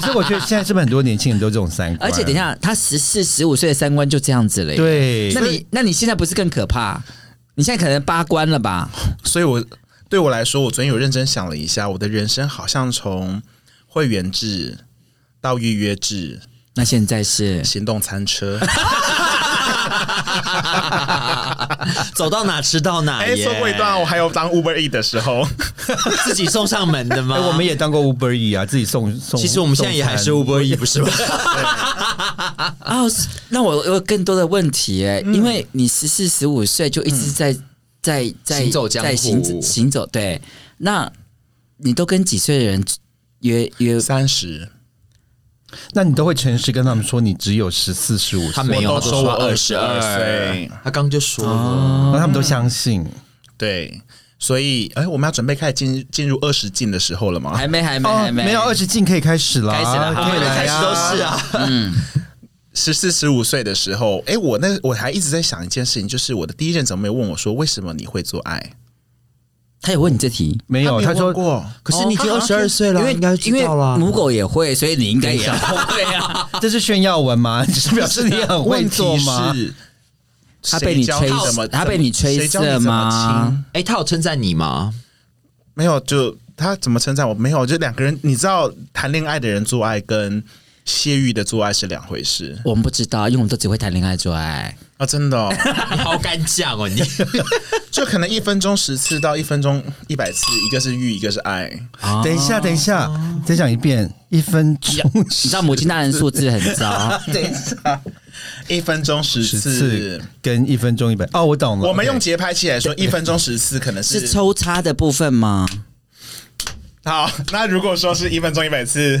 [SPEAKER 1] 可是我觉得现在是不是很多年轻人都这种三观？
[SPEAKER 3] 而且等一，下，他十四、十五岁的三观就这样子了耶。
[SPEAKER 1] 对
[SPEAKER 3] 那你那你现在不是更可怕？你现在可能八关了吧？
[SPEAKER 4] 所以我对我来说，我昨天有认真想了一下，我的人生好像从会员制到预约制、
[SPEAKER 3] 那现在是
[SPEAKER 4] 行动餐车，
[SPEAKER 2] 走到哪吃到哪
[SPEAKER 4] 哎，
[SPEAKER 2] 耶！
[SPEAKER 4] 说过一段，我还有当 Uber E 的时候，
[SPEAKER 2] 自己送上门的吗？
[SPEAKER 1] 哎我们也当过 Uber E 啊，自己送送。
[SPEAKER 2] 其实 我们现在也还是
[SPEAKER 1] 送餐
[SPEAKER 2] Uber E 不是吗？
[SPEAKER 3] 哦，是那我有更多的问题哎、因为你十四、十五岁就一直在、在在
[SPEAKER 2] 行走江湖
[SPEAKER 3] 在行行走，对，那你都跟几岁的人约约？
[SPEAKER 4] 三十，
[SPEAKER 1] 那你都会诚实跟他们说你只有十四、十五，
[SPEAKER 2] 他没有，
[SPEAKER 4] 我
[SPEAKER 2] 他
[SPEAKER 4] 都说我
[SPEAKER 2] 二十
[SPEAKER 4] 22岁，
[SPEAKER 2] 他刚就说了，
[SPEAKER 1] 然后他们都相信。
[SPEAKER 4] 对，所以哎，我们要准备开始进进入二十进的时候了吗？
[SPEAKER 3] 还没，还没，还没，
[SPEAKER 1] 哦没有二十进可以开始了，
[SPEAKER 3] 开始了好
[SPEAKER 1] 可以
[SPEAKER 2] 一
[SPEAKER 1] 来
[SPEAKER 2] 开始
[SPEAKER 1] 啊！
[SPEAKER 2] 都是啊，
[SPEAKER 4] 十四十五岁的时候，哎、我那我还一直在想一件事情，就是我的第一任怎么没有问我说为什么你会做爱？
[SPEAKER 3] 他有问你这题，
[SPEAKER 1] 没有，他
[SPEAKER 4] 他
[SPEAKER 1] 说
[SPEAKER 4] 问过，
[SPEAKER 2] 可是你已经
[SPEAKER 3] 哦
[SPEAKER 2] 二十二岁了，
[SPEAKER 3] 因为
[SPEAKER 2] 应该知
[SPEAKER 3] 因为
[SPEAKER 2] 道啦。
[SPEAKER 3] 母狗也会，所以你应该也会啊。
[SPEAKER 1] 这是炫耀文吗？ 只是表示你很会
[SPEAKER 4] 问
[SPEAKER 1] 做
[SPEAKER 4] 题
[SPEAKER 1] 吗？
[SPEAKER 4] 是
[SPEAKER 3] 他
[SPEAKER 4] 啊
[SPEAKER 3] 被你
[SPEAKER 4] 谁教
[SPEAKER 3] 吹
[SPEAKER 4] 怎么，
[SPEAKER 3] 他被你吹
[SPEAKER 4] 谁教你怎
[SPEAKER 3] 色
[SPEAKER 4] 么
[SPEAKER 3] 吗
[SPEAKER 4] 亲？
[SPEAKER 2] 哎，他有称赞你 吗？
[SPEAKER 4] 没有，就他怎么称赞我？没有，就两个人，你知道，谈恋爱的人做爱跟泄欲的做爱是两回事
[SPEAKER 3] 我们不知道，因为我们都只会谈恋爱做爱。
[SPEAKER 4] 啊，真的、哦，
[SPEAKER 2] 你好敢讲哦，你
[SPEAKER 4] 就可能一分钟十次到一分钟一百次，一个是欲，一个是爱。
[SPEAKER 1] 等一下，等一下，再讲一遍，一分钟。
[SPEAKER 3] 你知道母亲大人素质很糟，
[SPEAKER 4] 等一下，一分钟十
[SPEAKER 1] 十
[SPEAKER 4] 次
[SPEAKER 1] 次。跟一分钟一百哦，我懂了。
[SPEAKER 4] 我们用
[SPEAKER 1] OK
[SPEAKER 4] 节拍器来说，一分钟十次可能
[SPEAKER 3] 是抽插的部分吗？
[SPEAKER 4] 好，那如果说是一分钟一百次，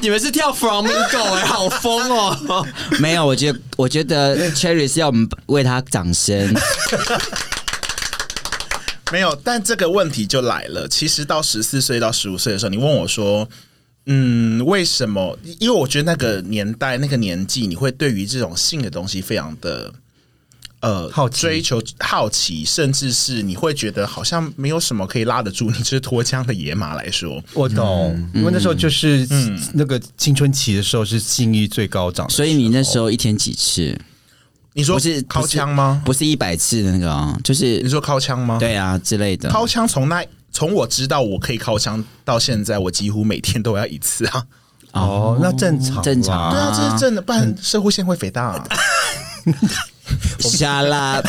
[SPEAKER 2] 你们是跳 Flamingo 哎，好疯哦！
[SPEAKER 3] 没有，我觉得我觉得 Cherry 是要我们为他掌声。
[SPEAKER 4] 没有，但这个问题就来了。其实到十四岁到十五岁的时候，你问我说，嗯，为什么？因为我觉得那个年代、那个年纪，你会对于这种性的东西非常的。呃，
[SPEAKER 1] 好奇
[SPEAKER 4] 追求好奇，甚至是你会觉得好像没有什么可以拉得住你这脱缰的野马来说，
[SPEAKER 1] 我懂，因为那时候就是那个青春期的时候是性欲最高涨的时候，
[SPEAKER 3] 所以你那时候一天几次？
[SPEAKER 4] 你说
[SPEAKER 3] 不是不
[SPEAKER 4] 靠
[SPEAKER 3] 是
[SPEAKER 4] 枪吗？
[SPEAKER 3] 不是一百次的那个哦，就是
[SPEAKER 4] 你说靠枪吗？，
[SPEAKER 3] 对啊之类的。
[SPEAKER 4] 靠枪从那从我知道我可以靠枪到现在，我几乎每天都要一次 啊。
[SPEAKER 1] 哦，那正常啦
[SPEAKER 3] 正常
[SPEAKER 4] 嗯啊对啊，这是真的，不然射护线会肥大、啊。
[SPEAKER 3] 沙拉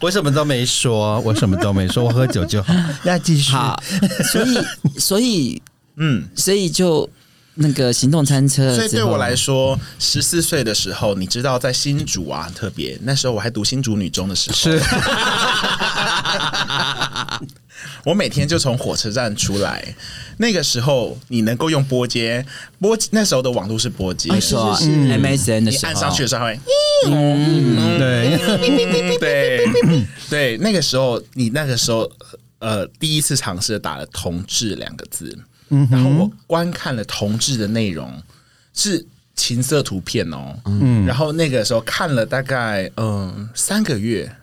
[SPEAKER 1] 我什么都没说，我什么都没说，我喝酒就好。 那继续，
[SPEAKER 3] 好，所以所以
[SPEAKER 4] 嗯，
[SPEAKER 3] 所以就那个行动餐车，
[SPEAKER 4] 所以对我来，说，十四岁的时候，你知道在新竹啊，很特别那时候我还读新竹女中的时候，
[SPEAKER 1] 是
[SPEAKER 4] 我每天就从火车站出来。那个时候你能够用拨接拨，那时候的网络是拨接，
[SPEAKER 3] 没错
[SPEAKER 4] 哎
[SPEAKER 3] 嗯
[SPEAKER 4] 是啊
[SPEAKER 3] ，MSN 的
[SPEAKER 4] 你
[SPEAKER 3] 时
[SPEAKER 4] 按
[SPEAKER 3] 候，
[SPEAKER 4] 上去的时候还会，
[SPEAKER 1] 对，
[SPEAKER 4] 嗯对对，那个时候你那个时候呃第一次尝试打了“同志”两个字，
[SPEAKER 3] 嗯
[SPEAKER 4] 然后我观看了同志的内容是情色图片哦，嗯，然后那个时候看了大概嗯、三个月，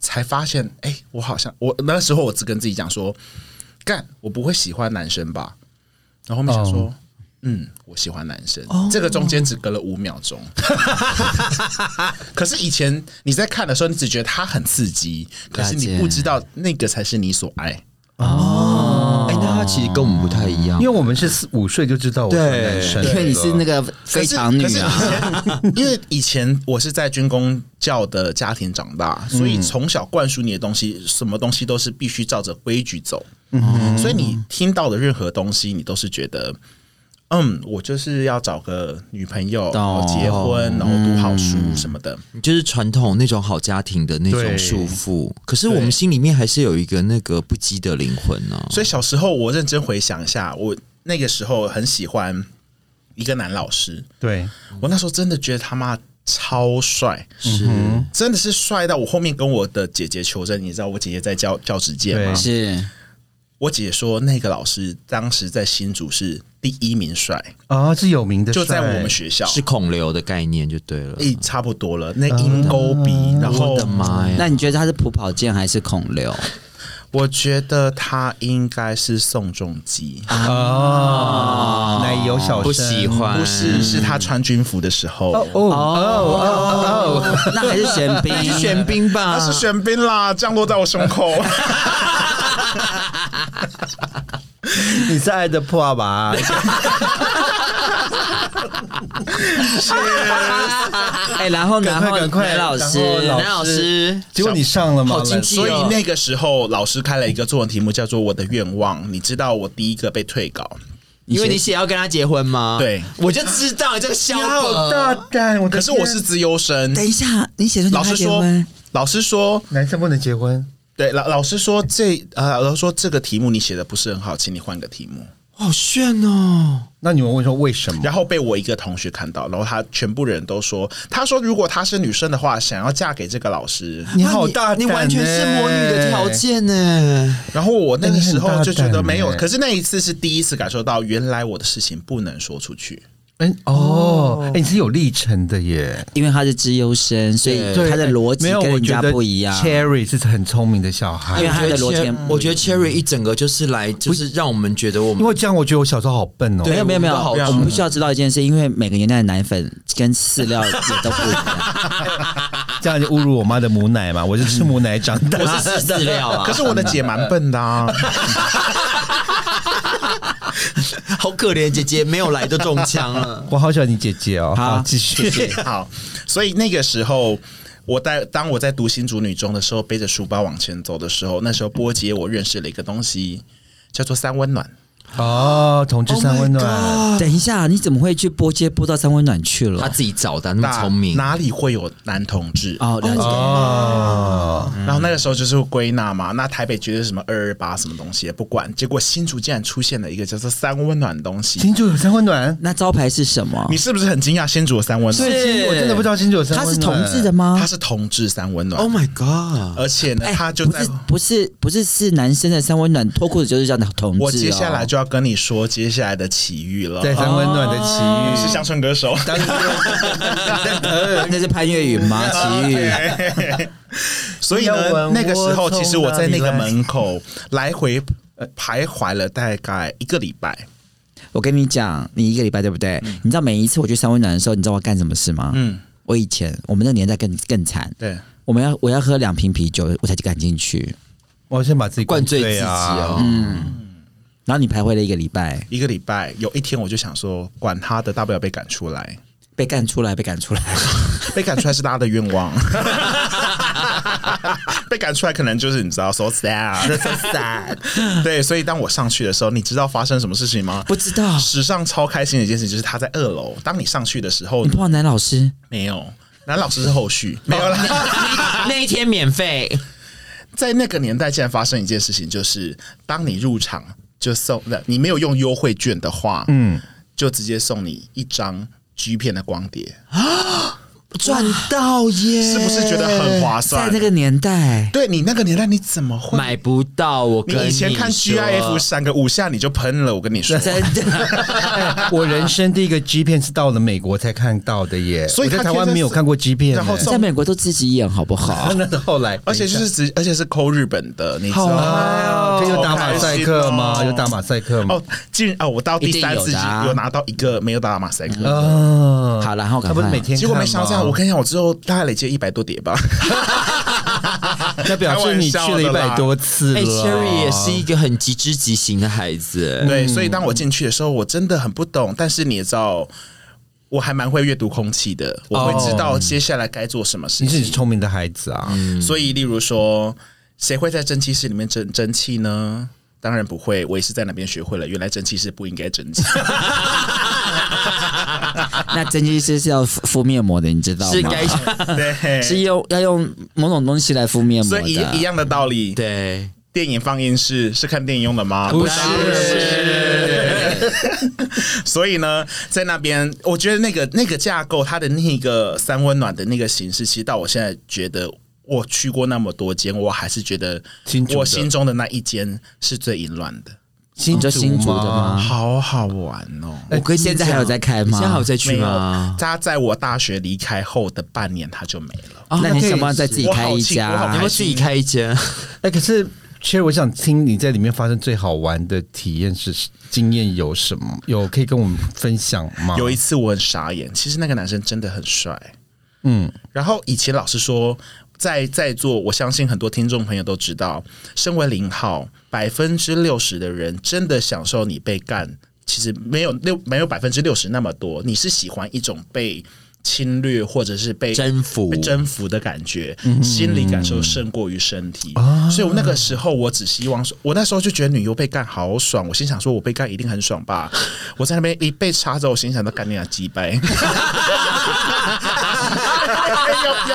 [SPEAKER 4] 才发现哎、我好像我那时候我只跟自己讲说，干我不会喜欢男生吧，然后后面想说。
[SPEAKER 3] 哦
[SPEAKER 4] 嗯，我喜欢男生。这个中间只隔了五秒钟， 可是以前你在看的时候，你只觉得它很刺激，可是
[SPEAKER 3] 了
[SPEAKER 4] 你
[SPEAKER 3] 解
[SPEAKER 4] 不知道那个才是你所爱。
[SPEAKER 2] 哎、那他其实跟我们不太一样
[SPEAKER 1] 因为，我们是四五岁就知道我是
[SPEAKER 2] 对
[SPEAKER 1] 男生了，
[SPEAKER 3] 因为你是那个
[SPEAKER 4] 可
[SPEAKER 3] 非
[SPEAKER 4] 是
[SPEAKER 3] 常女啊，
[SPEAKER 4] 可是以前 因为以前我是在军工教的家庭长大，
[SPEAKER 3] 嗯
[SPEAKER 4] 所以从小灌输你的东西，什么东西都是必须照着规矩走。
[SPEAKER 3] 嗯
[SPEAKER 4] 所以你听到的任何东西，你都是觉得。嗯，我就是要找个女朋友，然后结
[SPEAKER 3] 嗯
[SPEAKER 4] 婚，然后读好书什么的。
[SPEAKER 2] 你就是传统那种好家庭的那种
[SPEAKER 1] 对
[SPEAKER 2] 束缚，可是我们心里面还是有一个那个不羁的灵魂呢、
[SPEAKER 4] 所以小时候我认真回想一下，我那个时候很喜欢一个男老师，
[SPEAKER 1] 对，
[SPEAKER 4] 我那时候真的觉得他妈超帅，
[SPEAKER 2] 是、
[SPEAKER 4] 真的是帅到我后面跟我的姐姐求证，你知道我姐姐在教教职界吗
[SPEAKER 1] 对？
[SPEAKER 3] 是
[SPEAKER 4] 我姐姐说那个老师当时在新竹是第一名帅，
[SPEAKER 1] 啊，是有名的帅，
[SPEAKER 4] 就在我们学校，
[SPEAKER 2] 是孔流的概念就对了。
[SPEAKER 4] 诶、差不多了，那鹰钩鼻，然后
[SPEAKER 2] 嗯我的妈呀！
[SPEAKER 3] 那你觉得他是普跑健还是孔刘？
[SPEAKER 4] 我觉得他应该是宋仲基，
[SPEAKER 1] 哦，奶油小生
[SPEAKER 2] 不喜欢，
[SPEAKER 4] 不是，是他穿军服的时候。
[SPEAKER 1] 哦哦哦哦哦，
[SPEAKER 3] 那还是玄彬，
[SPEAKER 2] 是玄彬吧？
[SPEAKER 4] 他是 玄彬啦，降落在我胸口。
[SPEAKER 2] 啊
[SPEAKER 1] 你是爱的破吧？
[SPEAKER 3] 哎，然后然
[SPEAKER 1] 赶
[SPEAKER 3] 后
[SPEAKER 1] 快赶快
[SPEAKER 3] 男老师，
[SPEAKER 1] 然后
[SPEAKER 3] 男老师，
[SPEAKER 1] 结果你上了吗
[SPEAKER 3] 好？精
[SPEAKER 2] 哦
[SPEAKER 4] 所以那个时候，老师开了一个作文题目，叫做《我的愿望》。你知道我第一个被退稿，
[SPEAKER 2] 因为你写要跟他结婚吗？
[SPEAKER 4] 对
[SPEAKER 2] 我就知道你这个小
[SPEAKER 1] 好大
[SPEAKER 2] 本。
[SPEAKER 1] 胆！我的
[SPEAKER 4] 呃可是我
[SPEAKER 1] 天
[SPEAKER 4] 是资优生。
[SPEAKER 3] 等一下，你写出
[SPEAKER 4] 老师说，老师说，
[SPEAKER 1] 男生不能结婚，
[SPEAKER 4] 对老老师说这呃，老师说这个题目你写的不是很好，请你换个题目。
[SPEAKER 2] 好炫哦！
[SPEAKER 1] 那你们问说为什么？
[SPEAKER 4] 然后被我一个同学看到，然后他全部人都说，他说如果她是女生的话，想要嫁给这个老师。
[SPEAKER 1] 你好大胆欸
[SPEAKER 2] 你完全是魔女的条件呢。
[SPEAKER 4] 然后我那个时
[SPEAKER 1] 哎你
[SPEAKER 4] 候
[SPEAKER 1] 很大
[SPEAKER 4] 就觉得
[SPEAKER 1] 胆
[SPEAKER 4] 没有，
[SPEAKER 1] 欸
[SPEAKER 4] 可是那一次是第一次感受到，原来我的事情不能说出去。
[SPEAKER 1] 欸。嗯哦，哎、你是有历程的耶，
[SPEAKER 3] 因为他是资优生，所以
[SPEAKER 1] 对
[SPEAKER 3] 他的逻辑
[SPEAKER 1] 没有
[SPEAKER 3] 跟
[SPEAKER 1] 我
[SPEAKER 3] 人
[SPEAKER 1] 觉
[SPEAKER 3] 家
[SPEAKER 1] 得
[SPEAKER 3] 不一样。
[SPEAKER 1] Cherry 是很聪明的小孩
[SPEAKER 3] 因为，他的逻
[SPEAKER 2] 我
[SPEAKER 3] 辑
[SPEAKER 2] 觉得
[SPEAKER 3] 很，
[SPEAKER 2] 我觉得 Cherry 一整个就是来，就是让我们觉得我
[SPEAKER 1] 因
[SPEAKER 2] 们
[SPEAKER 1] 为这样我觉得我小时候好笨哦。
[SPEAKER 3] 没有没有没有，
[SPEAKER 2] 我们都好
[SPEAKER 3] 我们必须要知道一件事，因为每个年代的奶粉跟饲料也都不一样。
[SPEAKER 1] 这样就侮辱我妈的母奶嘛，我是吃母奶长大。
[SPEAKER 2] 我是吃饲料
[SPEAKER 4] 可
[SPEAKER 2] 啊，
[SPEAKER 4] 是我 的姐蛮笨的啊。
[SPEAKER 2] 好可怜，姐姐没有来就中枪了。
[SPEAKER 1] 我好喜欢你姐姐哦。
[SPEAKER 3] 好
[SPEAKER 1] 继续。
[SPEAKER 4] 好，所以那个时候。我在当我在读新竹女中的时候，背着书包往前走的时候，那时候波姐我认识了一个东西，叫做三温暖。
[SPEAKER 1] 哦，同志三温暖，
[SPEAKER 3] 等一下，你怎么会去播接播到三温暖去
[SPEAKER 2] 他
[SPEAKER 3] 了？
[SPEAKER 2] 自己找的，那么聪明，
[SPEAKER 4] 哪里会有男同志？
[SPEAKER 3] 哦，了解。
[SPEAKER 1] 哦，
[SPEAKER 4] 然后那个时候就是归纳嘛，那台北绝对是什么二二八什么东西也不管，结果新竹竟然出现了一个叫做三温暖的东西。
[SPEAKER 1] 新竹有三温暖，
[SPEAKER 3] 那招牌是什么
[SPEAKER 4] 你？是不是很惊讶新竹有三温暖？
[SPEAKER 1] 对，新我真的不知道新竹有三
[SPEAKER 3] 他
[SPEAKER 1] 温
[SPEAKER 3] 是
[SPEAKER 1] 暖。
[SPEAKER 3] 同志的吗
[SPEAKER 4] 它？是同志三温暖
[SPEAKER 2] Oh，my god！
[SPEAKER 4] 而且
[SPEAKER 3] 啊
[SPEAKER 4] 呢，
[SPEAKER 3] 哦哎
[SPEAKER 4] 它就
[SPEAKER 3] 不
[SPEAKER 4] 在
[SPEAKER 3] 是不是不是是男生的三温暖脱裤子就是叫同志、哦。
[SPEAKER 4] 我接下来就要跟你说接下来的奇遇了。啊
[SPEAKER 1] 对，三温暖的奇遇
[SPEAKER 4] 你是乡村歌手。
[SPEAKER 1] 当然
[SPEAKER 3] 那是潘越云 吗？奇遇。
[SPEAKER 4] 所以呢
[SPEAKER 1] 要问，
[SPEAKER 4] 那个时候
[SPEAKER 1] 我从
[SPEAKER 4] 其实我在那个
[SPEAKER 1] 哪里来
[SPEAKER 4] 门口来回呃徘徊了大概一个礼拜。
[SPEAKER 3] 我跟你讲，你一个礼拜对不对？你知道每一次我去三温暖的时候，你知道我干什么事吗？
[SPEAKER 4] 嗯，
[SPEAKER 3] 我以前我们那个年代更更惨，
[SPEAKER 4] 对，
[SPEAKER 3] 我们要我要喝两瓶啤酒，我才敢进去。
[SPEAKER 1] 我先把自己
[SPEAKER 2] 灌醉自己
[SPEAKER 1] 啊
[SPEAKER 2] 哦！。
[SPEAKER 3] 然后你徘徊了一个礼拜，
[SPEAKER 4] 一个礼拜有一天我就想说，管他的，大不了被赶出来。
[SPEAKER 3] 被赶出来，被赶出来。
[SPEAKER 4] 被赶出来是大家的愿望。 被赶出来可能就是你知道，so sad，so sad。对，所以当我上去的时候，你知道发生什么事情吗？
[SPEAKER 3] 不知道
[SPEAKER 4] 史上超开心的一件事就是他在二楼，当你上去的时候
[SPEAKER 3] 你碰到男老师
[SPEAKER 4] 没有，男老师是后续没有啦。
[SPEAKER 2] 那一天免费，
[SPEAKER 4] 在那个年代，竟然发生一件事情，就是当你入场就送，你没有用优惠券的话，嗯，就直接送你一张 G 片的光碟，
[SPEAKER 2] 赚到耶！
[SPEAKER 4] 是不是觉得很划算？
[SPEAKER 3] 在那个年代，
[SPEAKER 4] 对你那个年代，你怎么会
[SPEAKER 2] 买不到？我
[SPEAKER 4] 你
[SPEAKER 2] 跟
[SPEAKER 4] 以前 看
[SPEAKER 2] 说
[SPEAKER 3] 啊
[SPEAKER 4] GIF 闪个五下你就喷了，我跟你说。
[SPEAKER 3] 真的
[SPEAKER 1] 哎我人生第一个 G 片是到了美国才看到的耶，
[SPEAKER 4] 所以
[SPEAKER 1] 我在
[SPEAKER 4] 他
[SPEAKER 1] 台
[SPEAKER 4] 贴
[SPEAKER 1] 湾
[SPEAKER 4] 在
[SPEAKER 1] 没有看过 G 片耶，
[SPEAKER 4] 然后送
[SPEAKER 3] 在美国都自己演好 不好？
[SPEAKER 1] 那是后来，哎
[SPEAKER 4] 而且就是直，而且是抠日本的，你知道
[SPEAKER 3] 好
[SPEAKER 4] 吗？
[SPEAKER 1] 啊，这有打马赛克
[SPEAKER 4] 好开
[SPEAKER 1] 吗？
[SPEAKER 4] 心哦
[SPEAKER 1] 有打马赛克吗
[SPEAKER 4] 哦？，竟然哦，我到第三
[SPEAKER 3] 一定有
[SPEAKER 4] 次
[SPEAKER 3] 的啊嗯
[SPEAKER 4] 有拿到一个没有打马赛克的，
[SPEAKER 1] 啊，
[SPEAKER 3] 哦好然后赶
[SPEAKER 1] 他不是
[SPEAKER 3] 快
[SPEAKER 1] 每天
[SPEAKER 4] 结果
[SPEAKER 1] 看
[SPEAKER 4] 没想到这
[SPEAKER 3] 哦
[SPEAKER 4] 样。
[SPEAKER 1] 吗
[SPEAKER 4] 我跟你讲，我之后大概累积一百多碟吧。
[SPEAKER 1] 那表示你去了一百多次了。
[SPEAKER 2] 哎、c h e r r y 也是一个很极之极行的孩子，
[SPEAKER 4] 对，所以当我进去的时候，我真的很不懂，但是你也知道。我还蛮会阅读空气的，我会知道接下来该做什么事
[SPEAKER 1] 你
[SPEAKER 4] 情。
[SPEAKER 1] 是聪明的孩子啊！
[SPEAKER 4] 所以，例如说，谁会在蒸汽室里面蒸蒸汽呢？当然不会，我也是在那边学会了，原来蒸汽室不应该蒸汽。
[SPEAKER 3] 那蒸汽师是要敷敷面膜的，你知道
[SPEAKER 2] 是
[SPEAKER 3] 吗？
[SPEAKER 2] 该
[SPEAKER 4] 对，
[SPEAKER 3] 是用要用某种东西来敷面膜
[SPEAKER 4] 所以
[SPEAKER 3] 的
[SPEAKER 4] 一一。样的道理，
[SPEAKER 2] 对，
[SPEAKER 4] 电影放映室是看电影用的吗？
[SPEAKER 1] 不
[SPEAKER 4] 是
[SPEAKER 1] 是
[SPEAKER 4] 所以呢，在那边，我觉得那个那个架构，它的那个三温暖的那个形式，其实到我现在觉得，我去过那么多间，我还是觉得
[SPEAKER 1] 新竹的
[SPEAKER 4] 我心中的那一间是最淫乱的，
[SPEAKER 1] 新
[SPEAKER 3] 你说新竹的吗
[SPEAKER 4] 好好玩哦。
[SPEAKER 3] 我跟现在还有在开
[SPEAKER 2] 你
[SPEAKER 3] 吗？
[SPEAKER 2] 现在还有再去
[SPEAKER 4] 没有
[SPEAKER 2] 吗？？
[SPEAKER 4] 他在我大学离开后的半年，他就没了。
[SPEAKER 3] 那你
[SPEAKER 1] 那可以
[SPEAKER 3] 想不想再自己开一
[SPEAKER 4] 我好气我
[SPEAKER 3] 家啊
[SPEAKER 4] 好
[SPEAKER 2] 你要
[SPEAKER 4] 气？
[SPEAKER 2] 不要自己开一间？
[SPEAKER 1] 哎，可是 Cherry，我想听你在里面发生最好玩的体验是经验有什么？有可以跟我们分享吗？
[SPEAKER 4] 有一次我很傻眼，其实那个男生真的很帅。
[SPEAKER 1] 嗯，
[SPEAKER 4] 然后以前老师说，在在座，我相信很多听众朋友都知道，身为零号，百分之六十的人真的享受你被干，其实没有六没有百分之六十那么多，你是喜欢一种被侵略或者是被
[SPEAKER 2] 征服嗯
[SPEAKER 4] 被征服的感觉，心理感受胜过于身体。
[SPEAKER 2] 啊
[SPEAKER 4] 所以我那个时候，我只希望说，我那时候就觉得女优被干好爽，我心想说，我被干一定很爽吧。我在那边一被插着，我心想到干你俩鸡掰。 要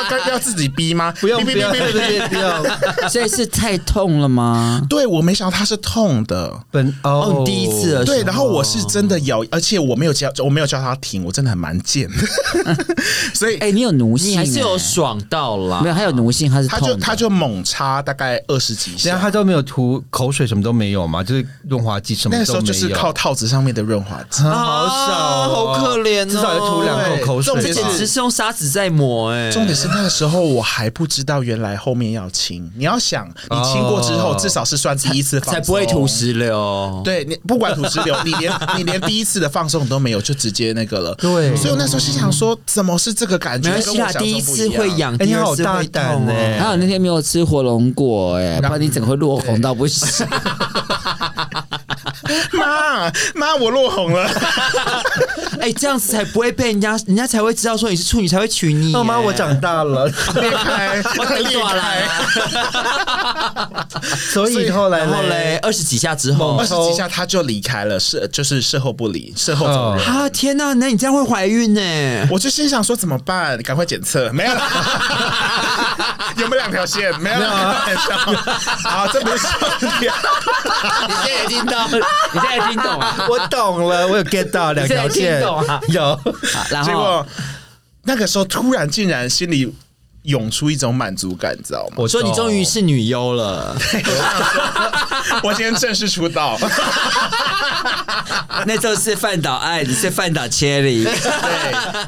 [SPEAKER 4] 要要要自己逼吗？
[SPEAKER 1] 不用
[SPEAKER 4] 逼
[SPEAKER 1] 不
[SPEAKER 4] 逼逼
[SPEAKER 1] 要不
[SPEAKER 4] 逼逼
[SPEAKER 1] 要不要，
[SPEAKER 3] 所以是太痛了吗？
[SPEAKER 4] 对我没想到它是痛的，
[SPEAKER 1] 本
[SPEAKER 2] 哦你第一次了
[SPEAKER 4] 对，然后我是真的咬，而且我没有叫，我没有叫他停，我真的很蛮贱的，所以
[SPEAKER 3] 哎、你有奴性、
[SPEAKER 2] 你还是有
[SPEAKER 3] 哎
[SPEAKER 2] 爽啊到啦
[SPEAKER 3] 没，有？还有奴性，他是
[SPEAKER 4] 他
[SPEAKER 3] 痛
[SPEAKER 4] 就
[SPEAKER 3] 的。
[SPEAKER 4] 他就猛插大概二十几
[SPEAKER 1] 然
[SPEAKER 4] 下
[SPEAKER 1] 后，他都没有涂口水，什么都没有嘛，就是润滑剂什么
[SPEAKER 4] 那
[SPEAKER 1] 都
[SPEAKER 4] 个
[SPEAKER 1] 没有。
[SPEAKER 4] 时候就是靠套子上面的润滑剂。
[SPEAKER 1] 啊好少哦，
[SPEAKER 2] 啊好可怜哦
[SPEAKER 1] 至少要涂两口口水吧。
[SPEAKER 4] 对
[SPEAKER 2] 这简直是用砂纸在磨哎、
[SPEAKER 4] 重点是那个时候我还不知道，原来后面要亲。你要想，你亲过之后，
[SPEAKER 1] 哦
[SPEAKER 4] 至少是算第一次放松，
[SPEAKER 2] 才不会吐。石榴。
[SPEAKER 4] 对你不管土石 流，你连你连第一次的放松都没有，就直接那个了。
[SPEAKER 1] 对
[SPEAKER 4] 所以我那时候心想说，怎么是这个感觉？
[SPEAKER 2] 没关系
[SPEAKER 4] 跟我
[SPEAKER 2] 啦，
[SPEAKER 4] 想象中
[SPEAKER 2] 第一
[SPEAKER 4] 不
[SPEAKER 2] 次
[SPEAKER 4] 样
[SPEAKER 2] 会痒，
[SPEAKER 1] 哎
[SPEAKER 2] 第
[SPEAKER 1] 你
[SPEAKER 2] 二
[SPEAKER 1] 好
[SPEAKER 2] 次
[SPEAKER 1] 大
[SPEAKER 2] 会
[SPEAKER 1] 胆
[SPEAKER 2] 痛哦
[SPEAKER 1] 哎
[SPEAKER 3] 还有那天没有吃火龙果、哎，不然你整个会落红到不行。
[SPEAKER 4] 妈妈，我落红了。
[SPEAKER 2] 哎、这样子才不会被人家，人家才会知道说你是处女，才会娶你、
[SPEAKER 1] 妈妈，我长大了，
[SPEAKER 4] 裂开，
[SPEAKER 2] 我等
[SPEAKER 4] 裂
[SPEAKER 2] 短
[SPEAKER 4] 开。
[SPEAKER 2] 了，
[SPEAKER 1] 所以后来
[SPEAKER 2] 然后嘞
[SPEAKER 1] 嘞，，
[SPEAKER 2] 二十几下之后
[SPEAKER 4] 二，十几下他就离开了，事就是事后不理，事后走人。
[SPEAKER 2] 啊天呐、那你这样会怀孕呢、
[SPEAKER 4] 我就心想说怎么办？赶快检测，没有 啦，有没有两条线？没有啦，开玩
[SPEAKER 2] 啊
[SPEAKER 4] 笑。 好，这不是 重点。
[SPEAKER 2] 你现在也听到，你现在也听懂啊？
[SPEAKER 1] 我懂了，我有 get 到两条
[SPEAKER 2] 你现在
[SPEAKER 1] 线
[SPEAKER 2] 听懂啊，
[SPEAKER 1] 有
[SPEAKER 3] 好 然
[SPEAKER 4] 结
[SPEAKER 3] 后
[SPEAKER 4] 果那个时候突然竟然心里涌出一种满足感，你知道吗？
[SPEAKER 1] 我
[SPEAKER 2] 我说你
[SPEAKER 1] 懂
[SPEAKER 2] 终于是女优 了，
[SPEAKER 4] 我今天正式出道，
[SPEAKER 3] 那就是范岛爱，你是范岛切 里，
[SPEAKER 4] 对，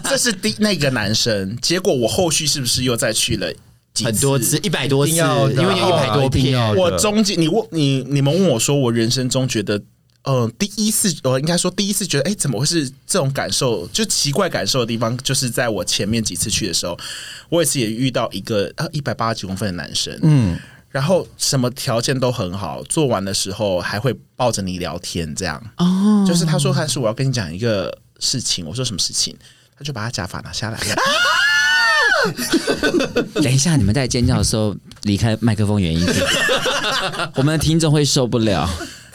[SPEAKER 4] 这是第那个男生。结果我后续是不是又再去了几次
[SPEAKER 2] 很多次，一百多次，
[SPEAKER 1] 一定要的哦
[SPEAKER 2] 因为有一百多
[SPEAKER 1] 一定要
[SPEAKER 2] 片
[SPEAKER 1] 的。
[SPEAKER 4] 我中间，你问你你们问我说，我人生中觉得，呃，第一次，我应该说第一次觉得，哎、怎么会是这种感受？就奇怪感受的地方，就是在我前面几次去的时候，我有一次也遇到一个呃一百八十几公分的男生，嗯。然后什么条件都很好，做完的时候还会抱着你聊天，这样。哦，就是他说他说我要跟你讲一个事情，我说什么事情？他就把他假发拿下来了。
[SPEAKER 3] 等一下，你们在尖叫的时候离开麦克风远一点，我们的听众会受不了。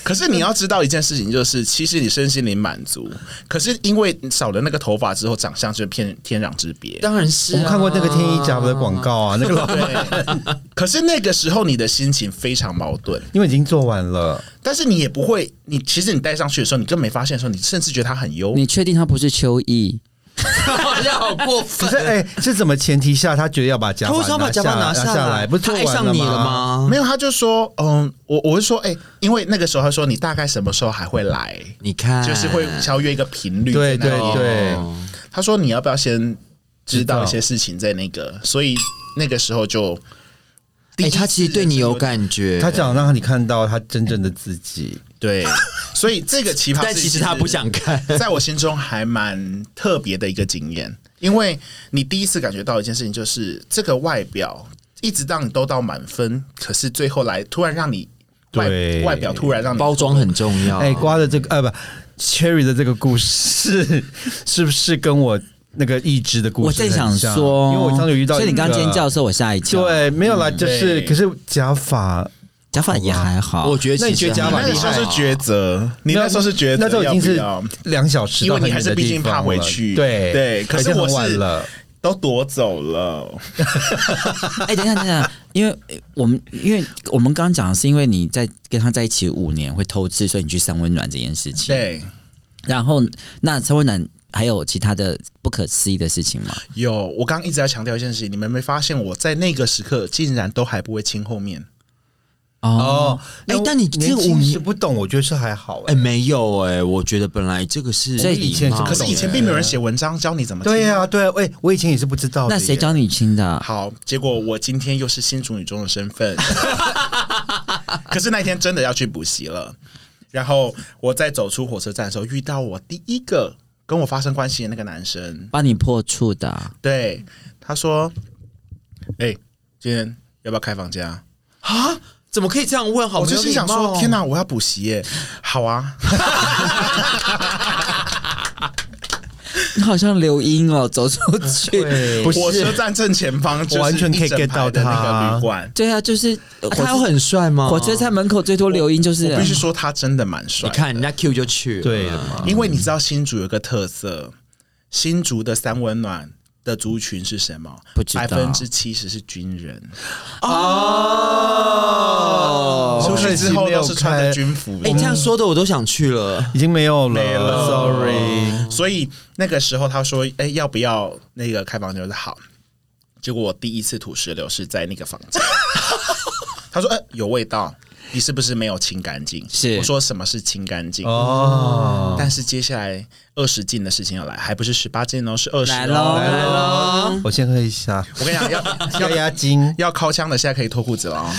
[SPEAKER 4] 可是你要知道一件事情，就是其实你身心灵满足，可是因为少了那个头发之后，长相就天天壤之别。
[SPEAKER 2] 当然是、
[SPEAKER 1] 我
[SPEAKER 2] 啊，
[SPEAKER 1] 们看过那个天一甲的广告啊，那个老
[SPEAKER 4] 对，可是那个时候你的心情非常矛盾，
[SPEAKER 1] 因为已经做完了，
[SPEAKER 4] 但是你也不会，你其实你戴上去的时候，你根本没发现的时候，你甚至觉得它很优。
[SPEAKER 3] 你确定他不是秋意？
[SPEAKER 2] 好像好过
[SPEAKER 1] 可
[SPEAKER 2] 分
[SPEAKER 1] 是。哎、是怎么前提下他觉得要把假
[SPEAKER 2] 他为什
[SPEAKER 1] 发
[SPEAKER 2] 么把假发拿
[SPEAKER 1] 拿
[SPEAKER 2] 下
[SPEAKER 1] 来？不是
[SPEAKER 2] 他
[SPEAKER 1] 做
[SPEAKER 2] 爱
[SPEAKER 1] 完
[SPEAKER 2] 上你了
[SPEAKER 1] 了？
[SPEAKER 2] 吗？
[SPEAKER 4] 没有，他就说，嗯，我我是说，哎、因为那个时候他说你大概什么时候还会来，
[SPEAKER 2] 你看，哎
[SPEAKER 4] 就是会超越一个频率。
[SPEAKER 1] 对对
[SPEAKER 4] 哦
[SPEAKER 1] 对，
[SPEAKER 4] 他说你要不要先知
[SPEAKER 1] 知道
[SPEAKER 4] 道一些事情在那个，所以那个时候就，
[SPEAKER 2] 哎、他其实对你有感觉，
[SPEAKER 1] 他想让你看到他真正的自己。
[SPEAKER 4] 对，所以这个奇葩事情，
[SPEAKER 2] 但其实他不想看。
[SPEAKER 4] 在我心中还蛮特别的一个经验，因为你第一次感觉到一件事情，就是这个外表一直让你都到满分，可是最后来突然让你外
[SPEAKER 1] 对
[SPEAKER 4] 外表突然让你
[SPEAKER 2] 包装很重要，
[SPEAKER 1] 哎、瓜的这个呃不，Cherry 的这个故事 是不是跟我那个意志的故
[SPEAKER 3] 我
[SPEAKER 1] 事
[SPEAKER 3] 在
[SPEAKER 1] 很
[SPEAKER 3] 想
[SPEAKER 1] 像
[SPEAKER 3] 说，
[SPEAKER 1] 因为我上次有遇到一个，
[SPEAKER 3] 所以你刚尖叫的时候，我吓一跳。，
[SPEAKER 1] 对，没有啦，就是
[SPEAKER 4] 对
[SPEAKER 1] 可是假发。
[SPEAKER 3] 假发也还好。
[SPEAKER 2] 我觉得其实
[SPEAKER 1] 那你觉得假发
[SPEAKER 4] 那
[SPEAKER 1] 厉
[SPEAKER 4] 个时
[SPEAKER 1] 害
[SPEAKER 4] 候是抉择，你那时候是抉择，
[SPEAKER 1] 那时候已经是
[SPEAKER 4] 要不要
[SPEAKER 1] 两小时
[SPEAKER 4] 因
[SPEAKER 1] 到
[SPEAKER 4] 为
[SPEAKER 1] 很
[SPEAKER 4] 你还
[SPEAKER 1] 远
[SPEAKER 4] 是
[SPEAKER 1] 的
[SPEAKER 4] 毕
[SPEAKER 1] 地
[SPEAKER 4] 竟
[SPEAKER 1] 方
[SPEAKER 4] 怕
[SPEAKER 1] 了，
[SPEAKER 4] 回去
[SPEAKER 1] 对
[SPEAKER 4] 对可
[SPEAKER 1] 而且
[SPEAKER 4] 是我
[SPEAKER 1] 很晚
[SPEAKER 4] 是
[SPEAKER 1] 了，
[SPEAKER 4] 都夺走了，
[SPEAKER 3] 哎、等一下，等一下，因为呃我们因为我们刚刚讲的是，因为你在跟他在一起五年会偷吃，所以你去三温暖这件事情。。
[SPEAKER 4] 对，
[SPEAKER 3] 然后，那三温暖还有其他的不可思议的事情吗？
[SPEAKER 4] 有，我刚刚一直在强调一件事情，你们没发现我在那个时刻竟然都还不会亲后面，
[SPEAKER 1] 哦，
[SPEAKER 2] 哎
[SPEAKER 1] 那
[SPEAKER 2] 但你
[SPEAKER 1] 年
[SPEAKER 2] 这个
[SPEAKER 1] 轻
[SPEAKER 2] 五
[SPEAKER 1] 时
[SPEAKER 2] 年
[SPEAKER 1] 不懂，我觉得是还好
[SPEAKER 2] 哎、
[SPEAKER 1] 哎、
[SPEAKER 2] 没有哎、我觉得本来这个是
[SPEAKER 1] 所以以前是
[SPEAKER 2] 礼貌
[SPEAKER 1] 不
[SPEAKER 4] 可是以前并没有人写文章教你怎么亲
[SPEAKER 1] 对呀、对啊，哎、我以前也是不知哦道的
[SPEAKER 3] 那
[SPEAKER 1] 耶。
[SPEAKER 3] 谁教你亲的？啊
[SPEAKER 4] 好，结果我今天又是新主女中的身份， 可是那天真的要去补习了。然后我在走出火车站的时候，遇到我第一个跟我发生关系的那个男生，
[SPEAKER 3] 帮你破处的啊、
[SPEAKER 4] 对他说：“哎、今天要不要开房间啊？”
[SPEAKER 2] 啊，怎么可以这样问？好
[SPEAKER 4] 我
[SPEAKER 2] 没
[SPEAKER 4] 就
[SPEAKER 2] 有
[SPEAKER 4] 心
[SPEAKER 2] 礼貌
[SPEAKER 4] 想
[SPEAKER 2] 哦，
[SPEAKER 4] 说：“天哪，我要补习耶！”好啊，
[SPEAKER 3] 你好像刘英哦，走出去。
[SPEAKER 1] 对
[SPEAKER 3] 不
[SPEAKER 4] 火车
[SPEAKER 3] 是，
[SPEAKER 4] 站正前方就是
[SPEAKER 1] 完全可以
[SPEAKER 4] 一整
[SPEAKER 1] get
[SPEAKER 4] 排
[SPEAKER 1] 到
[SPEAKER 4] 的那
[SPEAKER 1] 他
[SPEAKER 4] 个旅馆。
[SPEAKER 3] 对啊，就是火
[SPEAKER 2] 啊他有
[SPEAKER 3] 车
[SPEAKER 2] 很帅吗？
[SPEAKER 3] 火车站门口最多刘英就是
[SPEAKER 4] 我必须说，他真的蛮帅的。
[SPEAKER 2] 你看人家 Q 就去了，
[SPEAKER 1] 对了嘛？
[SPEAKER 4] 因为你知道新竹有个特色，新竹的三温暖的族群是什么？
[SPEAKER 3] 不知道
[SPEAKER 4] 百分之七十是军人，
[SPEAKER 1] 哦
[SPEAKER 4] 出去之后都是穿着军
[SPEAKER 3] 哦
[SPEAKER 4] 服嗯
[SPEAKER 2] 哎、
[SPEAKER 4] 的。
[SPEAKER 2] 这样说的我都想去了。
[SPEAKER 1] 已经没有了
[SPEAKER 4] 没了
[SPEAKER 1] s o r r y
[SPEAKER 4] 所以那个时候他说：“哎、要不要那个开房间？”我说：“好。”结果我第一次吐石榴是在那个房间， 他说：“哎、有味道，你是不是没有清干净？”
[SPEAKER 3] 是
[SPEAKER 4] 我说：“什么是清干净？”
[SPEAKER 1] 哦，
[SPEAKER 4] 但是接下来二十进的事情要来，还不是十八进哦，是二十、哦、
[SPEAKER 3] 来喽
[SPEAKER 1] 来
[SPEAKER 3] 来
[SPEAKER 1] 喽
[SPEAKER 3] 喽，
[SPEAKER 1] 我先喝一下
[SPEAKER 4] 我跟你讲，要
[SPEAKER 1] 压压惊，
[SPEAKER 4] 要靠枪的现在可以脱裤子 了哦。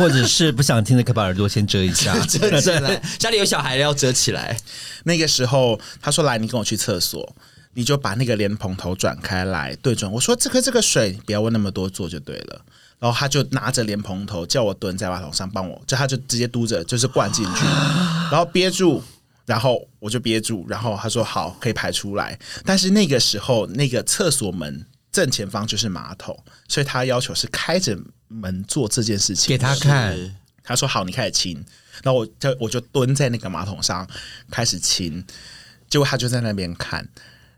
[SPEAKER 1] 或者是不想听的，可以把耳朵先遮一下。
[SPEAKER 2] 遮起来，家里有小孩的要遮起来。
[SPEAKER 4] 那个时候他说：“来，你跟我去厕所。”你就把那个莲蓬头转开来对准我说：“这个这个水，不要问那么多，做就对了。”然后他就拿着莲蓬头叫我蹲在马桶上帮我，就他就直接嘟着，就是灌进 去，然后憋住，然后我就憋住，然后他说：“好，可以排出来。”但是那个时候那个厕所门正前方就是马桶，所以他要求是开着门做这件事情，
[SPEAKER 1] 给他看，
[SPEAKER 4] 他说好，你开始亲，然后我就我就蹲在那个马桶上开始亲，结果他就在那边看，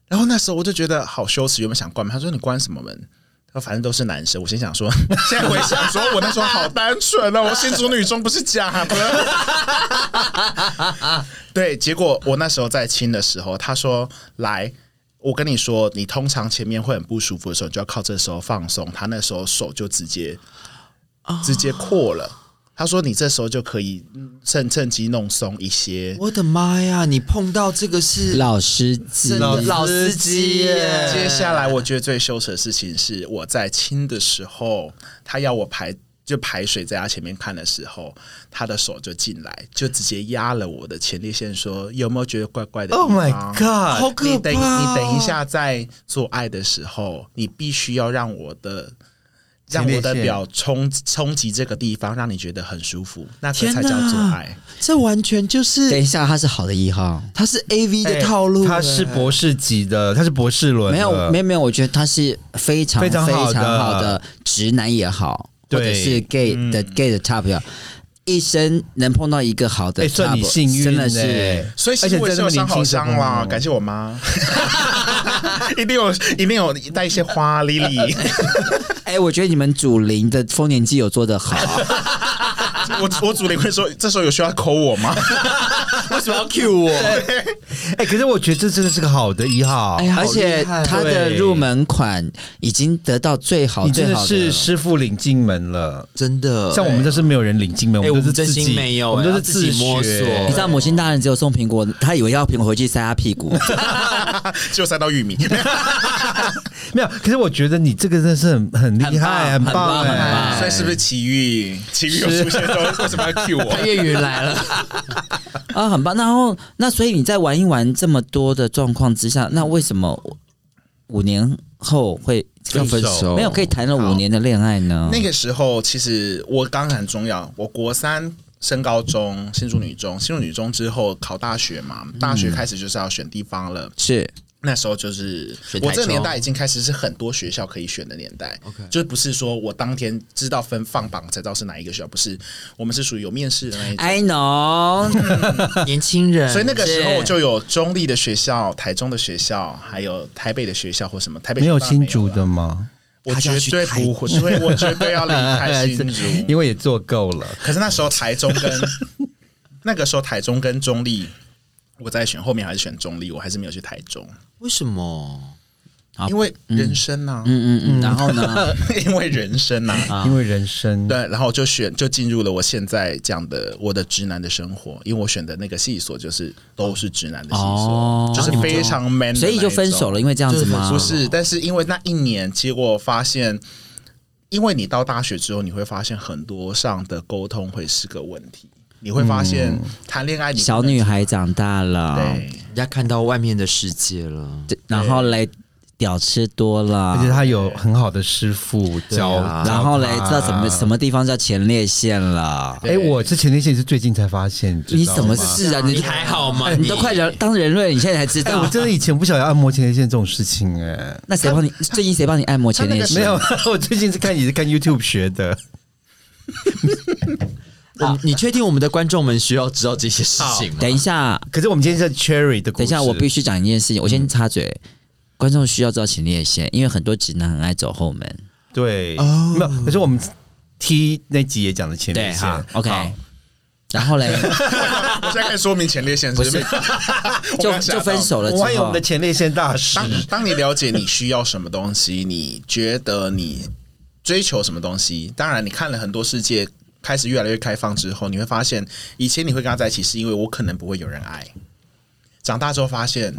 [SPEAKER 4] 然后那时候我就觉得好羞耻，原本想关门，他说你关什么门？他说反正都是男生，我心想说，现在回想说，我那时候好单纯啊，我新竹女中不是假的。 对，结果我那时候在亲的时候，他说来。我跟你说，你通常前面会很不舒服的时候，你就要靠这时候放松。他那时候手就直接直接扩了。他说：“你这时候就可以嗯趁趁机弄松一些。
[SPEAKER 2] 我的妈呀！你碰到这个是
[SPEAKER 3] 老师
[SPEAKER 2] 真
[SPEAKER 3] 机，
[SPEAKER 2] 的老司机耶，
[SPEAKER 4] 接下来，我觉得最羞耻的事情是，我在亲的时候，他要我排就排水在他前面看的时候，他的手就进来，就直接压了我的前列腺，说：有没有觉得怪怪 的地
[SPEAKER 1] Oh
[SPEAKER 4] 方
[SPEAKER 1] my
[SPEAKER 2] 好
[SPEAKER 1] god！
[SPEAKER 2] 可
[SPEAKER 4] 你
[SPEAKER 2] 怕
[SPEAKER 4] 等
[SPEAKER 2] 哦！
[SPEAKER 4] 你等一下，在做爱的时候，你必须要让我的让我的
[SPEAKER 1] 前列腺
[SPEAKER 4] 表冲冲击这个地方，让你觉得很舒服，那这
[SPEAKER 2] 天
[SPEAKER 4] 才
[SPEAKER 2] 哪
[SPEAKER 4] 叫做爱。
[SPEAKER 2] 这完全就
[SPEAKER 3] 等一
[SPEAKER 2] 是
[SPEAKER 3] 下，他是好的一号，
[SPEAKER 2] 它是 A V 的套路、
[SPEAKER 1] 他是博士级的，他是博士轮的，
[SPEAKER 3] 欸没有没有没有，我觉得他是非常
[SPEAKER 1] 非常好的
[SPEAKER 3] 非常好的直男也好，或
[SPEAKER 1] 对嗯
[SPEAKER 3] 者是 gay 的、gay 的 top 也好，一生能碰到一个好的
[SPEAKER 1] 哎
[SPEAKER 3] top，、
[SPEAKER 1] 算你幸运
[SPEAKER 3] 真的
[SPEAKER 1] 欸
[SPEAKER 3] 是。
[SPEAKER 4] 所以其
[SPEAKER 1] 而
[SPEAKER 4] 实
[SPEAKER 1] 且
[SPEAKER 4] 我也
[SPEAKER 1] 在
[SPEAKER 4] 是
[SPEAKER 1] 那么年
[SPEAKER 4] 有伤
[SPEAKER 1] 轻
[SPEAKER 4] 好
[SPEAKER 1] 的时候嗯
[SPEAKER 4] 伤啦，感谢我妈， 一定有一定有带一些花 丽丽，
[SPEAKER 3] 哎、我觉得你们祖灵的丰年祭有做 得好，
[SPEAKER 4] 我我主理会说，这时候有需要抠我吗？
[SPEAKER 2] 为什么要 Q 我？
[SPEAKER 1] 哎、可是我觉得这真的是个好的一号，
[SPEAKER 2] 哎呀
[SPEAKER 3] 而且
[SPEAKER 2] 好厉害
[SPEAKER 3] 他的
[SPEAKER 1] 对
[SPEAKER 3] 入门款已经得到最好
[SPEAKER 1] 你真
[SPEAKER 3] 最
[SPEAKER 1] 的
[SPEAKER 3] 好
[SPEAKER 1] 是
[SPEAKER 3] 的。
[SPEAKER 1] 师傅领进门了。
[SPEAKER 2] 真的，
[SPEAKER 1] 像我们这是没有人领进门，
[SPEAKER 2] 哎
[SPEAKER 1] 我们
[SPEAKER 2] 我
[SPEAKER 1] 都
[SPEAKER 2] 们
[SPEAKER 1] 是
[SPEAKER 2] 真
[SPEAKER 1] 自己
[SPEAKER 2] 心没有
[SPEAKER 1] 我们
[SPEAKER 2] 哎
[SPEAKER 1] 都是
[SPEAKER 2] 要自己摸
[SPEAKER 1] 学
[SPEAKER 2] 索
[SPEAKER 3] 你知道母亲大人只有送苹果，他以为要苹果回去塞他 屁股。
[SPEAKER 4] 就塞到玉米，
[SPEAKER 1] 没有？可是我觉得你这个真的是很很厉害，
[SPEAKER 3] 很棒
[SPEAKER 1] 棒
[SPEAKER 3] 很棒很
[SPEAKER 1] 哎
[SPEAKER 3] 棒！
[SPEAKER 4] 所以是不是奇遇？奇遇有出现之后，为什么要 cue 我？
[SPEAKER 2] 粤语来了，
[SPEAKER 3] 啊，很棒。然后，那所以你在玩一玩这么多的状况之下，那为什么五年后会
[SPEAKER 2] 要分手
[SPEAKER 3] 没有可以谈了五年的恋爱呢？
[SPEAKER 4] 那个时候其实我刚很重要，我国三。升高中，新竹女中，新竹女中之后考大学嘛，大学开始就是要选地方了。
[SPEAKER 3] 是
[SPEAKER 4] 那时候就是
[SPEAKER 2] 选台
[SPEAKER 4] 我这个
[SPEAKER 2] 中
[SPEAKER 4] 年代已经开始是很多学校可以选的年代
[SPEAKER 2] OK
[SPEAKER 4] 就是不是说我当天知道分放榜才知道是哪一个学校，不是，我们是属于有面试的那一种。
[SPEAKER 3] ，I know，
[SPEAKER 2] 年轻人，
[SPEAKER 4] 所以那个时候
[SPEAKER 3] 是
[SPEAKER 4] 就有中立的学校、台中的学校，还有台北的学校或什么。台北
[SPEAKER 1] 没有
[SPEAKER 4] 学校当然
[SPEAKER 1] 新
[SPEAKER 4] 没
[SPEAKER 1] 竹
[SPEAKER 4] 了，
[SPEAKER 1] 的吗？
[SPEAKER 4] 我绝对不会，所以 我绝对要离开新竹。
[SPEAKER 1] 因为也做够了。
[SPEAKER 4] 可是那时候台中跟那个时候台中跟中立，我在选后面还是选中立，我还是没有去台中，
[SPEAKER 2] 为什么？
[SPEAKER 3] 好
[SPEAKER 4] 因为人生呐、
[SPEAKER 3] 嗯嗯嗯。然后呢？
[SPEAKER 4] 因为人生呐、
[SPEAKER 3] 啊
[SPEAKER 1] 因为人生，
[SPEAKER 4] 对，然后我就选就进入了我现在这样的我的直男的生活，因为我选的那个系所就是都是直男的系所，
[SPEAKER 3] 哦
[SPEAKER 4] 就是非常 man，的
[SPEAKER 3] 所以就分手了，因为这样子吗
[SPEAKER 4] 那一种。不？是，但是因为那一年，结果发现，因为你到大学之后，你会发现很多上的沟通会是个问题，你会发现谈恋爱你不能
[SPEAKER 3] 嗯小女孩长大了，
[SPEAKER 4] 对。
[SPEAKER 2] 人家看到外面的世界了，
[SPEAKER 3] 对然后嘞，屌吃多了
[SPEAKER 1] 而，且他有很好的师傅教，
[SPEAKER 2] 啊
[SPEAKER 3] 然后嘞，知道什么什
[SPEAKER 1] 么？
[SPEAKER 3] 么地方叫前列腺了。
[SPEAKER 1] 哎，我之前那些是最近才发现，
[SPEAKER 3] 你
[SPEAKER 1] 知道
[SPEAKER 3] 什么
[SPEAKER 1] 吗
[SPEAKER 3] 事啊？你
[SPEAKER 2] 你还好吗？
[SPEAKER 3] 你都快人当人类，你现在才知
[SPEAKER 1] 哎，我
[SPEAKER 3] 道。
[SPEAKER 1] 真的以前不晓得按摩前列腺这种事情，哎，
[SPEAKER 3] 那谁帮你？最近谁帮你按摩前列腺？
[SPEAKER 1] 没有，我最近是看也是看 YouTube 学的。
[SPEAKER 2] 我们你确定我们的观众们需要知道这些事情吗？
[SPEAKER 3] 等一下，
[SPEAKER 1] 可是我们今天是 Cherry 的故
[SPEAKER 3] 等
[SPEAKER 1] 事，
[SPEAKER 3] 一下，我必须讲一件事情，我先插嘴。观众需要知道前列腺，因为很多直男很爱走后门。
[SPEAKER 1] 对，
[SPEAKER 3] 哦
[SPEAKER 1] 没有。可是我们 T 那集也讲的前列腺
[SPEAKER 2] 对哈
[SPEAKER 1] 好
[SPEAKER 3] OK，然后嘞，
[SPEAKER 4] 我现在开始说明前列腺是不是？ 我
[SPEAKER 3] 就
[SPEAKER 4] 刚吓
[SPEAKER 3] 就
[SPEAKER 4] 到
[SPEAKER 3] 分手了之
[SPEAKER 1] 欢迎我
[SPEAKER 3] 后
[SPEAKER 1] 们的，前列腺大师。
[SPEAKER 4] 当当你了解你需要什么东西，你觉得你追求什么东西，当然你看了很多世界。开始越来越开放之后，你会发现，以前你会跟他在一起，是因为我可能不会有人爱。长大之后发现，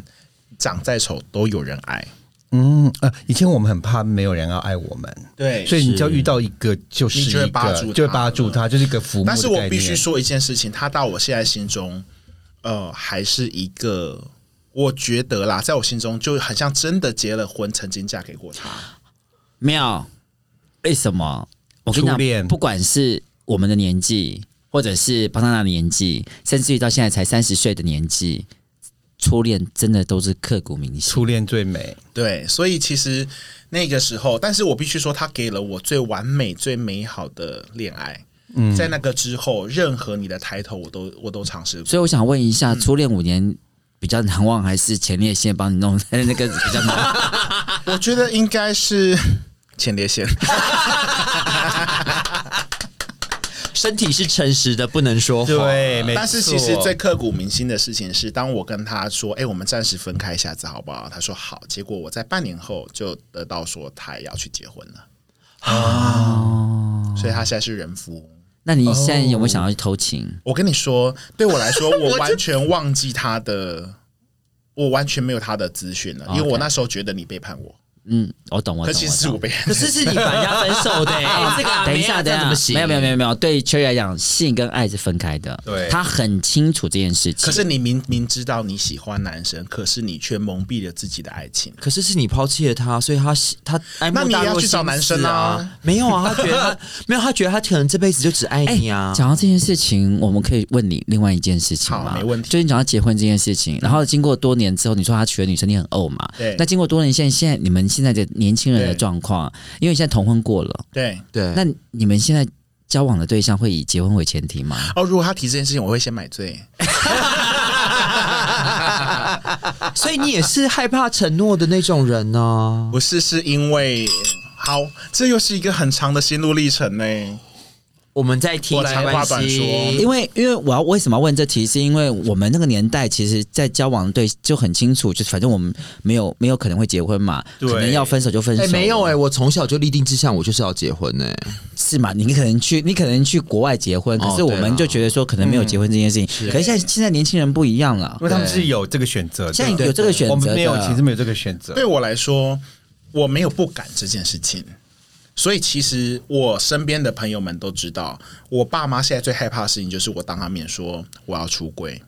[SPEAKER 4] 长再丑都有人爱。
[SPEAKER 1] 嗯呃，以前我们很怕没有人要爱我们，
[SPEAKER 4] 对
[SPEAKER 1] 所以你只要遇到一个就是
[SPEAKER 4] 你就会
[SPEAKER 1] 一
[SPEAKER 4] 扒住
[SPEAKER 1] 个，
[SPEAKER 4] 他
[SPEAKER 1] 就会扒住他，就是一个浮木的
[SPEAKER 4] 但是我
[SPEAKER 1] 概
[SPEAKER 4] 必须
[SPEAKER 1] 念
[SPEAKER 4] 说一件事情，他到我现在心中，呃，还是一个，我觉得啦，在我心中就很像真的结了婚，曾经嫁给过他。
[SPEAKER 3] 没有？为什么？我跟你
[SPEAKER 1] 初恋
[SPEAKER 3] 讲，不管是我们的年纪，或者是巴娜娜的年纪，甚至于到现在才三十岁的年纪，初恋真的都是刻骨铭心。
[SPEAKER 1] 初恋最美，
[SPEAKER 4] 对，所以其实那个时候，但是我必须说，他给了我最完美、最美好的恋爱。嗯，在那个之后，任何你的抬头，我都我都尝试过。
[SPEAKER 3] 所以我想问一下，初恋五年比较难忘，还是前列腺帮你弄在那个比较难忘？
[SPEAKER 4] 我觉得应该是 前列腺，
[SPEAKER 2] 身体是诚实的，不能说谎。
[SPEAKER 1] 对，没错
[SPEAKER 4] 但是其实最刻骨铭心的事情是，当我跟他说：“哎、我们暂时分开一下子，好不好？”他说：“好。”结果我在半年后就得到说他也要去结婚了啊，所以他现在是人夫。
[SPEAKER 3] 那你现在有没有想要去偷情？
[SPEAKER 4] 我跟你说，对我来说，我完全忘记他的，我完全没有他的资讯了，因为
[SPEAKER 3] OK
[SPEAKER 4] 我那时候觉得你背叛我。
[SPEAKER 3] 嗯，我懂，我
[SPEAKER 4] 可
[SPEAKER 3] 懂，
[SPEAKER 4] 其
[SPEAKER 3] 我
[SPEAKER 4] 实是
[SPEAKER 3] 懂
[SPEAKER 4] 我被
[SPEAKER 2] 可是是你把人家分手的、欸，这个啊
[SPEAKER 3] 等一
[SPEAKER 2] 没
[SPEAKER 3] 下，
[SPEAKER 2] 啊这
[SPEAKER 3] 等一
[SPEAKER 2] 样
[SPEAKER 3] 下，
[SPEAKER 2] 怎么行？
[SPEAKER 3] 没有没有没有没有，对 Cherry 来讲，性跟爱是分开的，
[SPEAKER 1] 对
[SPEAKER 3] 他很清楚这件事情。
[SPEAKER 4] 可是你明明知道你喜欢男生，可是你却蒙蔽了自己的爱情。
[SPEAKER 2] 可是是你抛弃了他，所以他喜他爱慕
[SPEAKER 4] 那你也
[SPEAKER 2] 大
[SPEAKER 4] 要
[SPEAKER 2] 若
[SPEAKER 4] 去找男生
[SPEAKER 2] 心思啊
[SPEAKER 4] 啊？
[SPEAKER 2] 没有啊，他觉得他 没有，他觉得他可能这辈子就只爱
[SPEAKER 3] 哎
[SPEAKER 2] 你啊。
[SPEAKER 3] 讲到这件事情，我们可以问你另外一件事情
[SPEAKER 4] 好
[SPEAKER 3] 吗？
[SPEAKER 4] 没问题
[SPEAKER 3] 最近讲到结婚这件事情，然后经过多年之后，你说他娶了女生，你很怄嘛？
[SPEAKER 4] 对
[SPEAKER 3] 那经过多年，现在现在你们现在的年轻人的
[SPEAKER 4] 对
[SPEAKER 3] 状况，因为你现在同婚过了，
[SPEAKER 4] 对，
[SPEAKER 2] 对，
[SPEAKER 3] 那你们现在交往的对象会以结婚为前提吗？
[SPEAKER 4] 哦，如果他提这件事情，我会先买醉。
[SPEAKER 2] 所以你也是害怕承诺的那种人呢、
[SPEAKER 4] 不是，是因为好，这又是一个很长的心路历程呢、
[SPEAKER 2] 我们在听
[SPEAKER 4] 我
[SPEAKER 2] 没
[SPEAKER 4] 长
[SPEAKER 2] 关
[SPEAKER 4] 话短说
[SPEAKER 2] 系
[SPEAKER 3] 因，为因为我要为什么要问这题，是因为我们那个年代，其实，在交往对就很清楚，就是反正我们没有没有可能会结婚嘛，
[SPEAKER 1] 对
[SPEAKER 3] 可能要分手就分手
[SPEAKER 2] 哎、
[SPEAKER 3] 了，
[SPEAKER 2] 没有哎、我从小就立定志向，我就是要结婚哎、
[SPEAKER 3] 是嘛？你可能去你可能去国外结婚，
[SPEAKER 2] 哦
[SPEAKER 3] 可是我们就觉得说可能没有结婚这件事情，可是现在现在年轻人不一样了
[SPEAKER 1] 因，为他们是有这个选择的，
[SPEAKER 3] 现在有这个选择
[SPEAKER 1] 我
[SPEAKER 3] 的
[SPEAKER 1] 们没有，其实没有这个选择。
[SPEAKER 4] 对我来说，我没有不敢这件事情。所以其实我身边的朋友们都知道，我爸妈现在最害怕的事情就是我当他面说我要出轨。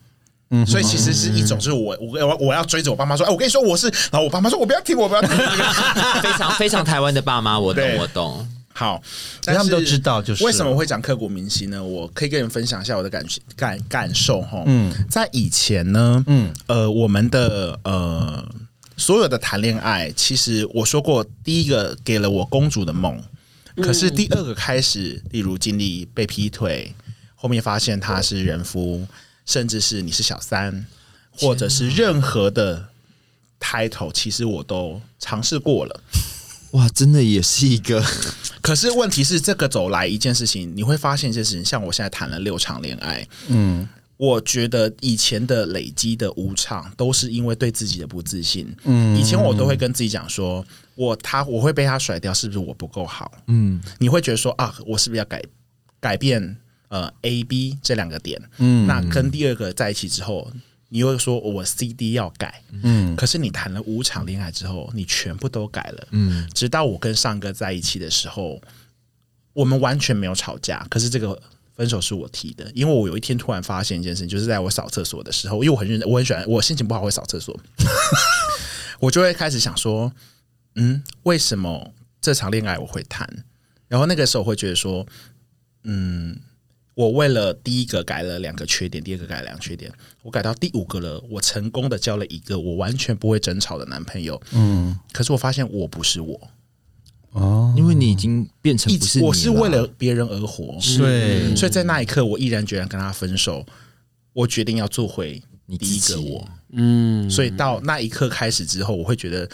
[SPEAKER 4] 嗯，所以其实是一种，就是我我我我要追着我爸妈说，哎，我跟你说我是，然后我爸妈说我不要听，我不要听。
[SPEAKER 2] 非常非常台湾的爸妈，我懂
[SPEAKER 4] 对
[SPEAKER 2] 我懂。
[SPEAKER 4] 好，
[SPEAKER 1] 可是他们
[SPEAKER 4] 但
[SPEAKER 1] 都知道就是
[SPEAKER 4] 为什么会讲刻骨铭心呢？我可以跟你们分享一下我的感感感受哈。嗯，在以前呢，嗯，呃，我们的呃所有的谈恋爱，其实我说过，第一个给了我公主的梦，
[SPEAKER 1] 嗯
[SPEAKER 4] 可是第二个开始，例如经历被劈腿，后面发现他是人夫，甚至是你是小三，或者是任何的 title，其实我都尝试过了。
[SPEAKER 2] 哇，真的也是一个
[SPEAKER 4] 可是问题是，这个走来一件事情，你会发现一件事情，像我现在谈了六场恋爱，嗯，我觉得以前的累积的五场都是因为对自己的不自信，嗯，以前我都会跟自己讲说，我他我会被他甩掉，是不是我不够好？嗯，你会觉得说啊，我是不是要改改变呃 A B 这两个点？嗯，那跟第二个在一起之后。你又说哦我 C D 要改，嗯，可是你谈了五场恋爱之后，你全部都改了，嗯，直到我跟上哥在一起的时候，我们完全没有吵架，可是这个分手是我提的，因为我有一天突然发现一件事情，就是在我扫厕所的时候，因为我很认真，我很喜欢，我心情不好会扫厕所， 我就会开始想说，嗯，为什么这场恋爱我会谈？然后那个时候我会觉得说，嗯，我为了第一个改了两个缺点，第二个改了两个缺点，我改到第五个了，我成功的交了一个我完全不会争吵的男朋友，嗯，可是我发现我不是我，
[SPEAKER 1] 哦
[SPEAKER 2] 因为你已经变成
[SPEAKER 4] 一
[SPEAKER 2] 不
[SPEAKER 4] 直
[SPEAKER 2] 是你
[SPEAKER 4] 我是为了别人而活，
[SPEAKER 1] 对，
[SPEAKER 4] 所以在那一刻，我毅然决然跟他分手，我决定要做回
[SPEAKER 2] 你
[SPEAKER 4] 第一
[SPEAKER 2] 自
[SPEAKER 4] 个
[SPEAKER 2] 己
[SPEAKER 4] 我。嗯，所以到那一刻开始之后，我会觉得，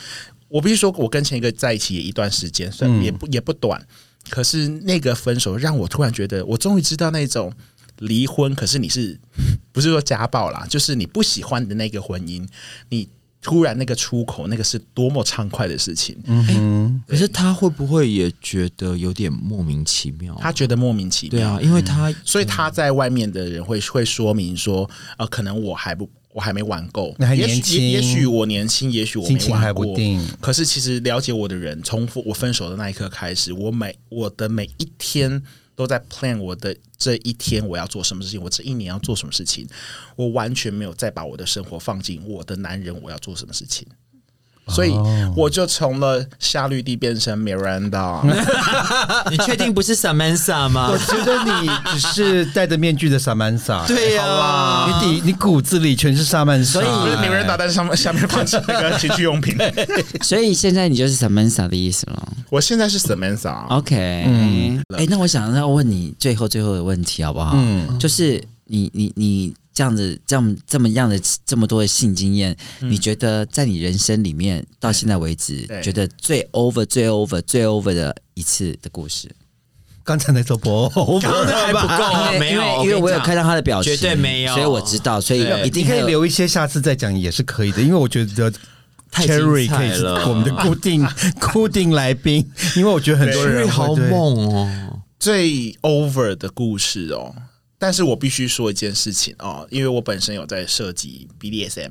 [SPEAKER 4] 我必须说，我跟前一个在一起也一段时间，虽
[SPEAKER 2] 嗯
[SPEAKER 4] 然也不、也不短，可是那个分手让我突然觉得，我终于知道那种离婚，可是你是 不是说家暴啦？就是你不喜欢的那个婚姻，你突然那个出口，那个是多么畅快的事情。
[SPEAKER 2] 嗯
[SPEAKER 1] 嗯
[SPEAKER 2] 可是他会不会也觉得有点莫名其妙？
[SPEAKER 4] 他觉得莫名其妙，
[SPEAKER 2] 对啊，因为他、
[SPEAKER 4] 所以他在外面的人会会说明说，呃，可能我还不。我还没玩够，
[SPEAKER 1] 你还
[SPEAKER 4] 也许
[SPEAKER 1] 年轻
[SPEAKER 4] 也也许我年轻，也许我
[SPEAKER 1] 心
[SPEAKER 4] 没
[SPEAKER 1] 情
[SPEAKER 4] 玩
[SPEAKER 1] 还
[SPEAKER 4] 过
[SPEAKER 1] 不定
[SPEAKER 4] 可是其实了解我的人，从我分手的那一刻开始，我每我的每一天都在 plan 我的这一天我要做什么事情，我这一年要做什么事情，我完全没有再把我的生活放进我的男人我要做什么事情。
[SPEAKER 1] 哦
[SPEAKER 4] 所以我就从了夏绿蒂变 成 Miranda，
[SPEAKER 2] 你确定不是 Samantha 吗
[SPEAKER 1] 我？觉得你只是戴着面具的萨曼莎，
[SPEAKER 2] 对呀、
[SPEAKER 1] 你底你骨子里全是萨曼莎，
[SPEAKER 3] 所以
[SPEAKER 4] 不是 Miranda，但是上面下面放置那个情趣用 品。
[SPEAKER 3] 所以现在你就是 Samantha 的意思了。
[SPEAKER 4] 我现在是 Samantha，
[SPEAKER 3] OK，嗯，哎、那我想要问你最后最后的问题好不好？嗯，就是你你你这样子这样这么样的这么多的性经验，你觉得在你人生里面到现在为止
[SPEAKER 4] 对，
[SPEAKER 3] 觉得最 over 最 over 最 over 的一次的故事？
[SPEAKER 1] 刚才那首不
[SPEAKER 2] 刚才还不够 啊
[SPEAKER 3] 因为
[SPEAKER 2] 没有
[SPEAKER 3] 因为因为
[SPEAKER 2] 我跟你
[SPEAKER 3] 我有
[SPEAKER 2] 讲
[SPEAKER 3] 看到他的表情，
[SPEAKER 2] 绝对没有
[SPEAKER 3] 所以我知道，所以
[SPEAKER 2] 对
[SPEAKER 3] 一
[SPEAKER 1] 你
[SPEAKER 3] 定
[SPEAKER 1] 可以
[SPEAKER 3] 会有。
[SPEAKER 1] 留一些，下次再讲也是可以的，因为我觉得
[SPEAKER 2] 太精
[SPEAKER 1] Cherry 可
[SPEAKER 2] 彩
[SPEAKER 1] 以是
[SPEAKER 2] 了
[SPEAKER 1] 我们的固 定固定来宾，因为我觉得很多人
[SPEAKER 2] 瑞
[SPEAKER 1] 会
[SPEAKER 2] 好
[SPEAKER 1] 对
[SPEAKER 2] 猛哦！
[SPEAKER 4] 最 over 的故事哦。但是我必须说一件事情哦，因为我本身有在涉及 BDSM，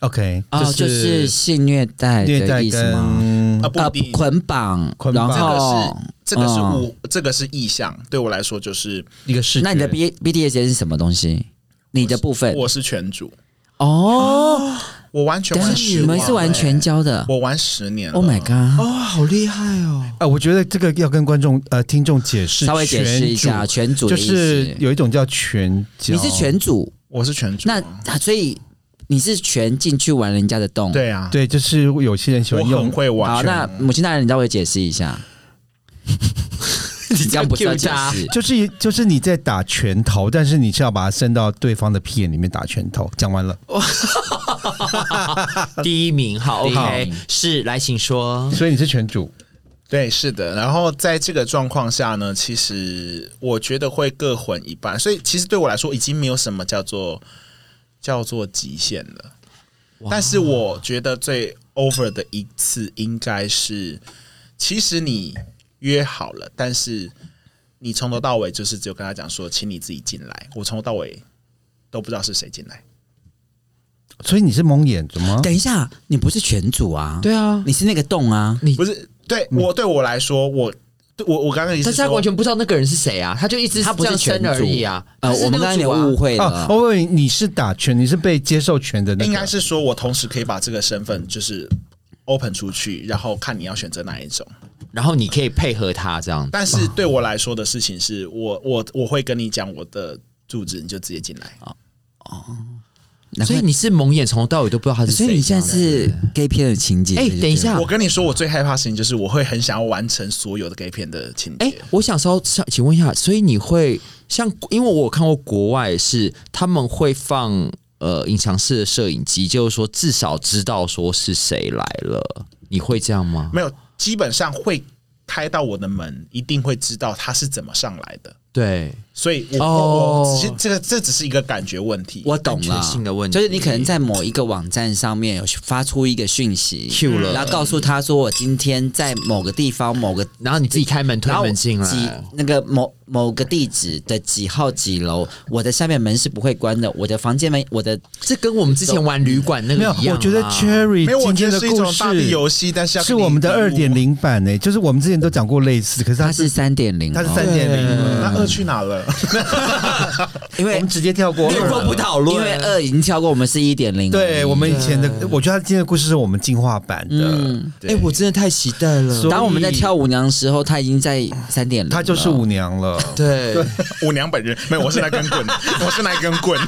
[SPEAKER 1] OK，
[SPEAKER 3] 哦，就是性虐待
[SPEAKER 1] 虐
[SPEAKER 3] 的
[SPEAKER 1] 待
[SPEAKER 3] 意思吗？
[SPEAKER 1] 跟
[SPEAKER 4] 啊，不
[SPEAKER 3] 呃
[SPEAKER 4] 一定，，
[SPEAKER 3] 捆绑，
[SPEAKER 1] 捆
[SPEAKER 3] 然
[SPEAKER 1] 绑
[SPEAKER 4] 这个
[SPEAKER 3] 后
[SPEAKER 4] 是这个是
[SPEAKER 3] 嗯
[SPEAKER 4] 物，这个是意向，对我来说就是
[SPEAKER 1] 一个视觉，
[SPEAKER 3] 那你的 B B D S 是什么东西？你的部分
[SPEAKER 4] 我是全主，
[SPEAKER 3] 哦，
[SPEAKER 4] 我完全
[SPEAKER 3] 等下
[SPEAKER 4] 玩十
[SPEAKER 3] 你们
[SPEAKER 4] 年
[SPEAKER 3] 是完
[SPEAKER 4] 了
[SPEAKER 3] 全教的
[SPEAKER 4] 我玩十年了
[SPEAKER 3] ？Oh my god！
[SPEAKER 2] 哦，好厉害哦！
[SPEAKER 1] 啊，我觉得这个要跟观众呃听众解释，
[SPEAKER 3] 稍微解释一下
[SPEAKER 1] 全
[SPEAKER 3] 全组
[SPEAKER 1] 主
[SPEAKER 3] 的
[SPEAKER 1] 就
[SPEAKER 3] 意
[SPEAKER 1] 是
[SPEAKER 3] 思。
[SPEAKER 1] 有一种叫全角，
[SPEAKER 3] 你是全组，
[SPEAKER 4] 我是全主
[SPEAKER 3] 那
[SPEAKER 4] 啊，
[SPEAKER 3] 所以你是全进去玩人家的洞。，
[SPEAKER 4] 对啊，
[SPEAKER 1] 对，就是有些人喜
[SPEAKER 4] 我
[SPEAKER 1] 欢
[SPEAKER 4] 很
[SPEAKER 1] 用
[SPEAKER 4] 会玩
[SPEAKER 3] 好，
[SPEAKER 4] 全
[SPEAKER 3] 那母亲大人，你稍微解释一下。你这样不是要解释？
[SPEAKER 1] 就是就是你在打拳头，但是你是要把它伸到对方的屁眼里面打拳头。讲完了，
[SPEAKER 2] 第一名，好
[SPEAKER 3] 第一
[SPEAKER 2] ，OK，
[SPEAKER 3] 名
[SPEAKER 2] 是来，请说。
[SPEAKER 1] 所以你是全主，
[SPEAKER 4] 对，是的。然后在这个状况下呢，其实我觉得会各混一半，所以其实对我来说已经没有什么叫做叫做极限了。但是我觉得最 over 的一次应该是，其实你约好了，但是你从头到尾就是只有跟他讲说，请你自己进来。我从头到尾都不知道是谁进来，
[SPEAKER 1] 所以你是蒙眼的吗？
[SPEAKER 3] 等一下，你不是全组啊？，
[SPEAKER 2] 对啊，
[SPEAKER 3] 你是那个洞啊。
[SPEAKER 4] 不是对我对我来说，我对我我刚刚也
[SPEAKER 2] 但
[SPEAKER 4] 是
[SPEAKER 2] 是他
[SPEAKER 4] 说
[SPEAKER 2] 完全不知道那个人是谁啊，他就一直
[SPEAKER 3] 他不是
[SPEAKER 2] 这样
[SPEAKER 3] 全
[SPEAKER 2] 生
[SPEAKER 3] 组
[SPEAKER 2] 而已啊。
[SPEAKER 3] 呃，
[SPEAKER 2] 他是
[SPEAKER 3] 我们刚才
[SPEAKER 2] 那个
[SPEAKER 3] 有
[SPEAKER 2] 组啊
[SPEAKER 3] 误会
[SPEAKER 1] 啊，
[SPEAKER 3] 了。
[SPEAKER 1] 我问你，你是打拳，你是被接受拳的那个，
[SPEAKER 4] 应该是说我同时可以把这个身份就是 open 出去，然后看你要选择哪一种。
[SPEAKER 2] 然后你可以配合他这样。
[SPEAKER 4] 但是对我来说的事情是我我我会跟你讲我的住址，你就直接进来。
[SPEAKER 3] 难
[SPEAKER 2] 所
[SPEAKER 3] 怪
[SPEAKER 2] 以你是蒙眼，从头到尾都不知道他是谁。
[SPEAKER 3] 所以你现在是 gay 片的情节。
[SPEAKER 2] 啊哎
[SPEAKER 3] 对不对
[SPEAKER 2] 等一下啊
[SPEAKER 4] 我跟你说，我最害怕的事情就是我会很想要完成所有的 gay 片的情节。
[SPEAKER 2] 哎、我想稍想请问一下，所以你会像，因为我有看过国外是他们会放呃隐藏式的摄影机，就是说至少知道说是谁来了，你会这样吗？
[SPEAKER 4] 没有，基本上会开到我的门，一定会知道他是怎么上来的。
[SPEAKER 2] 对，
[SPEAKER 4] 所以我，
[SPEAKER 2] 哦
[SPEAKER 4] 我我只是这个这只是一个感觉问题。
[SPEAKER 3] 我懂
[SPEAKER 2] 安
[SPEAKER 3] 了，
[SPEAKER 2] 全性的问题
[SPEAKER 3] 就是你可能在某一个网站上面有发出一个讯息
[SPEAKER 2] Cue 了
[SPEAKER 3] 然后告诉他说我今天在某个地方某个。
[SPEAKER 2] 然后你自己开门推
[SPEAKER 3] 然后
[SPEAKER 2] 门进
[SPEAKER 3] 几
[SPEAKER 1] 啊
[SPEAKER 2] 来，
[SPEAKER 3] 那个某某个地址的几号几楼，我的下面门是不会关的，我的房间门，我的
[SPEAKER 2] 这跟我们之前玩旅馆那个
[SPEAKER 1] 没有
[SPEAKER 2] 一样、啊。。
[SPEAKER 1] 我觉得 Cherry
[SPEAKER 4] 没有，我
[SPEAKER 1] 今
[SPEAKER 4] 觉
[SPEAKER 1] 天
[SPEAKER 4] 得
[SPEAKER 1] 的
[SPEAKER 4] 是一
[SPEAKER 1] 故
[SPEAKER 4] 种大地
[SPEAKER 1] 事
[SPEAKER 4] 游戏，但是要
[SPEAKER 1] 是
[SPEAKER 4] 给你
[SPEAKER 1] 我们的
[SPEAKER 4] 一个
[SPEAKER 1] 二点零版诶，就是我们之前都讲过类似，可是
[SPEAKER 3] 它
[SPEAKER 1] 它
[SPEAKER 3] 是
[SPEAKER 1] 是
[SPEAKER 3] 三点零，哦
[SPEAKER 1] 它是三点零，啊
[SPEAKER 4] 那二去哪了？
[SPEAKER 3] 因
[SPEAKER 1] 我
[SPEAKER 3] 为
[SPEAKER 1] 们直接跳过
[SPEAKER 2] 略过
[SPEAKER 1] 二。
[SPEAKER 2] 不讨论，
[SPEAKER 3] 因为二已经跳过，我们是一点零，
[SPEAKER 1] 对我们以前的，我觉得他今天的故事是我们进化版的，
[SPEAKER 3] 嗯，
[SPEAKER 2] 哎、我真的太期待了。
[SPEAKER 1] 所以
[SPEAKER 3] 当我们在跳舞娘的时候，他已经在三点零，
[SPEAKER 1] 他就是舞娘了。
[SPEAKER 2] 对，
[SPEAKER 4] 舞娘本人没有，我是那根 棍，我是那根棍。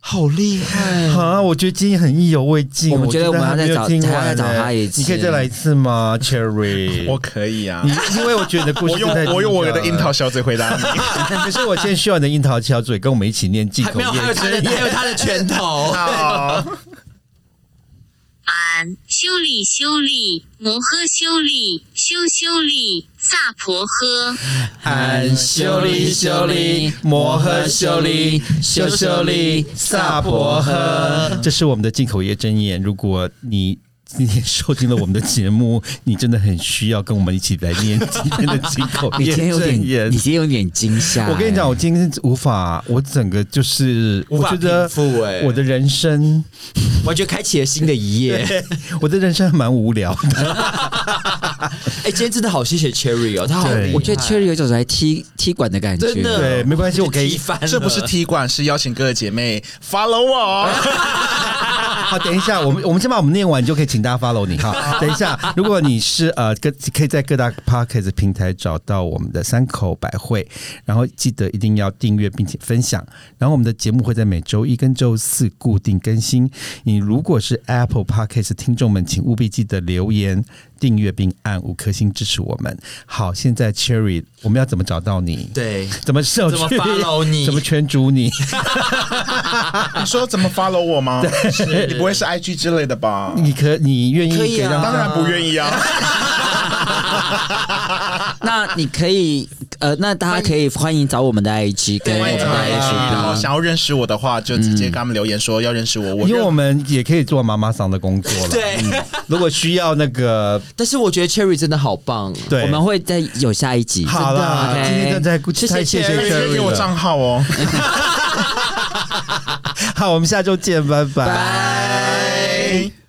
[SPEAKER 2] 好厉害！
[SPEAKER 1] 啊，我觉得今天很意犹未尽，
[SPEAKER 3] 我们觉得我们
[SPEAKER 1] 还
[SPEAKER 3] 要再
[SPEAKER 1] 没
[SPEAKER 3] 找
[SPEAKER 1] 有听完
[SPEAKER 3] 还要再找
[SPEAKER 1] 欸
[SPEAKER 3] 他一次
[SPEAKER 1] 你可以再来一次吗，Cherry？
[SPEAKER 4] 我可以啊
[SPEAKER 1] 你，因为我觉得你的故事
[SPEAKER 4] 我用
[SPEAKER 1] 太精
[SPEAKER 4] 我用我的樱桃
[SPEAKER 1] 彩
[SPEAKER 4] 小嘴回答 你。
[SPEAKER 1] 了，可是我现在需要你的樱桃小嘴跟我们一起念进
[SPEAKER 2] 还
[SPEAKER 1] 口
[SPEAKER 2] 没
[SPEAKER 1] 业
[SPEAKER 2] 有，还有 他的，还有他的拳
[SPEAKER 4] 哦
[SPEAKER 2] 头。
[SPEAKER 4] 好，
[SPEAKER 5] 俺修理修理摩诃修理修修理萨婆诃。
[SPEAKER 1] 安
[SPEAKER 3] 修理修理摩诃修理修修理萨婆
[SPEAKER 1] 诃。这是我们的进口业真言。如果你今天收听了我们的节目，你真的很需要跟我们一起来念今天的进口
[SPEAKER 3] 你
[SPEAKER 1] 业
[SPEAKER 3] 今天 有
[SPEAKER 1] 真
[SPEAKER 3] 点，
[SPEAKER 1] 言
[SPEAKER 3] 你。今天有点惊吓、
[SPEAKER 1] 我跟你讲，我今天无法，我整个就是，
[SPEAKER 2] 无
[SPEAKER 1] 我
[SPEAKER 2] 法
[SPEAKER 1] 觉得
[SPEAKER 2] 平复欸
[SPEAKER 1] 我的人 生，
[SPEAKER 2] 完全开启了新的一页。
[SPEAKER 1] 我的人生蛮无聊的。
[SPEAKER 2] 哎、今天真的好谢谢 Cherry 哦，他好厉害
[SPEAKER 1] 对
[SPEAKER 3] 我觉得 Cherry 有一种来踢踢馆的感觉，
[SPEAKER 2] 真的
[SPEAKER 1] 对没关系我可以
[SPEAKER 2] 踢翻了
[SPEAKER 4] 这不是踢馆，是邀请各位姐妹 follow 我。
[SPEAKER 1] 好，等一下，我们我们先把我们念完，你就可以请大家 follow 你哈。等一下，如果你是呃，各可以在各大 podcast 平台找到我们的三口百惠，然后记得一定要订阅并且分享。然后我们的节目会在每周一跟周四固定更新。你如果是 Apple podcast 听众们，请务必记得留言、订阅并按五颗星支持我们。好，现在 Cherry，我们要怎么找到你？。
[SPEAKER 2] 对。
[SPEAKER 1] 怎么社
[SPEAKER 2] 怎么 follow 你
[SPEAKER 1] 怎么圈主你？
[SPEAKER 4] 你说怎么 follow 我吗？是你不会是 IG 之类的吧？
[SPEAKER 1] 你可你愿意
[SPEAKER 2] 可以
[SPEAKER 1] 给
[SPEAKER 2] 啊
[SPEAKER 1] 让
[SPEAKER 4] 当然不愿意啊！
[SPEAKER 3] 那你可以呃，那大家可以欢迎找我们的 IG 跟我
[SPEAKER 4] 欢
[SPEAKER 3] 们
[SPEAKER 4] 迎
[SPEAKER 3] 的
[SPEAKER 4] 找到我
[SPEAKER 3] IG
[SPEAKER 4] 然后
[SPEAKER 3] 啊
[SPEAKER 4] 想要认识我的话，就直接跟他们留言说要认识我。我
[SPEAKER 1] 因为
[SPEAKER 4] 认
[SPEAKER 1] 我们也可以做妈妈桑的工作了。
[SPEAKER 2] 对
[SPEAKER 1] 嗯如果需要那个，
[SPEAKER 2] 但是我觉得 Cherry 真的好棒，
[SPEAKER 1] 对，
[SPEAKER 3] 我们会再有下一集。
[SPEAKER 1] 好啦，
[SPEAKER 3] 真的，OK
[SPEAKER 1] 今天真的太
[SPEAKER 3] 谢谢
[SPEAKER 1] 太谢谢
[SPEAKER 4] 而且
[SPEAKER 1] Cherry
[SPEAKER 4] 给我
[SPEAKER 1] 了。
[SPEAKER 4] 账号哦。
[SPEAKER 1] 好，我们下周见，拜拜。
[SPEAKER 3] 拜。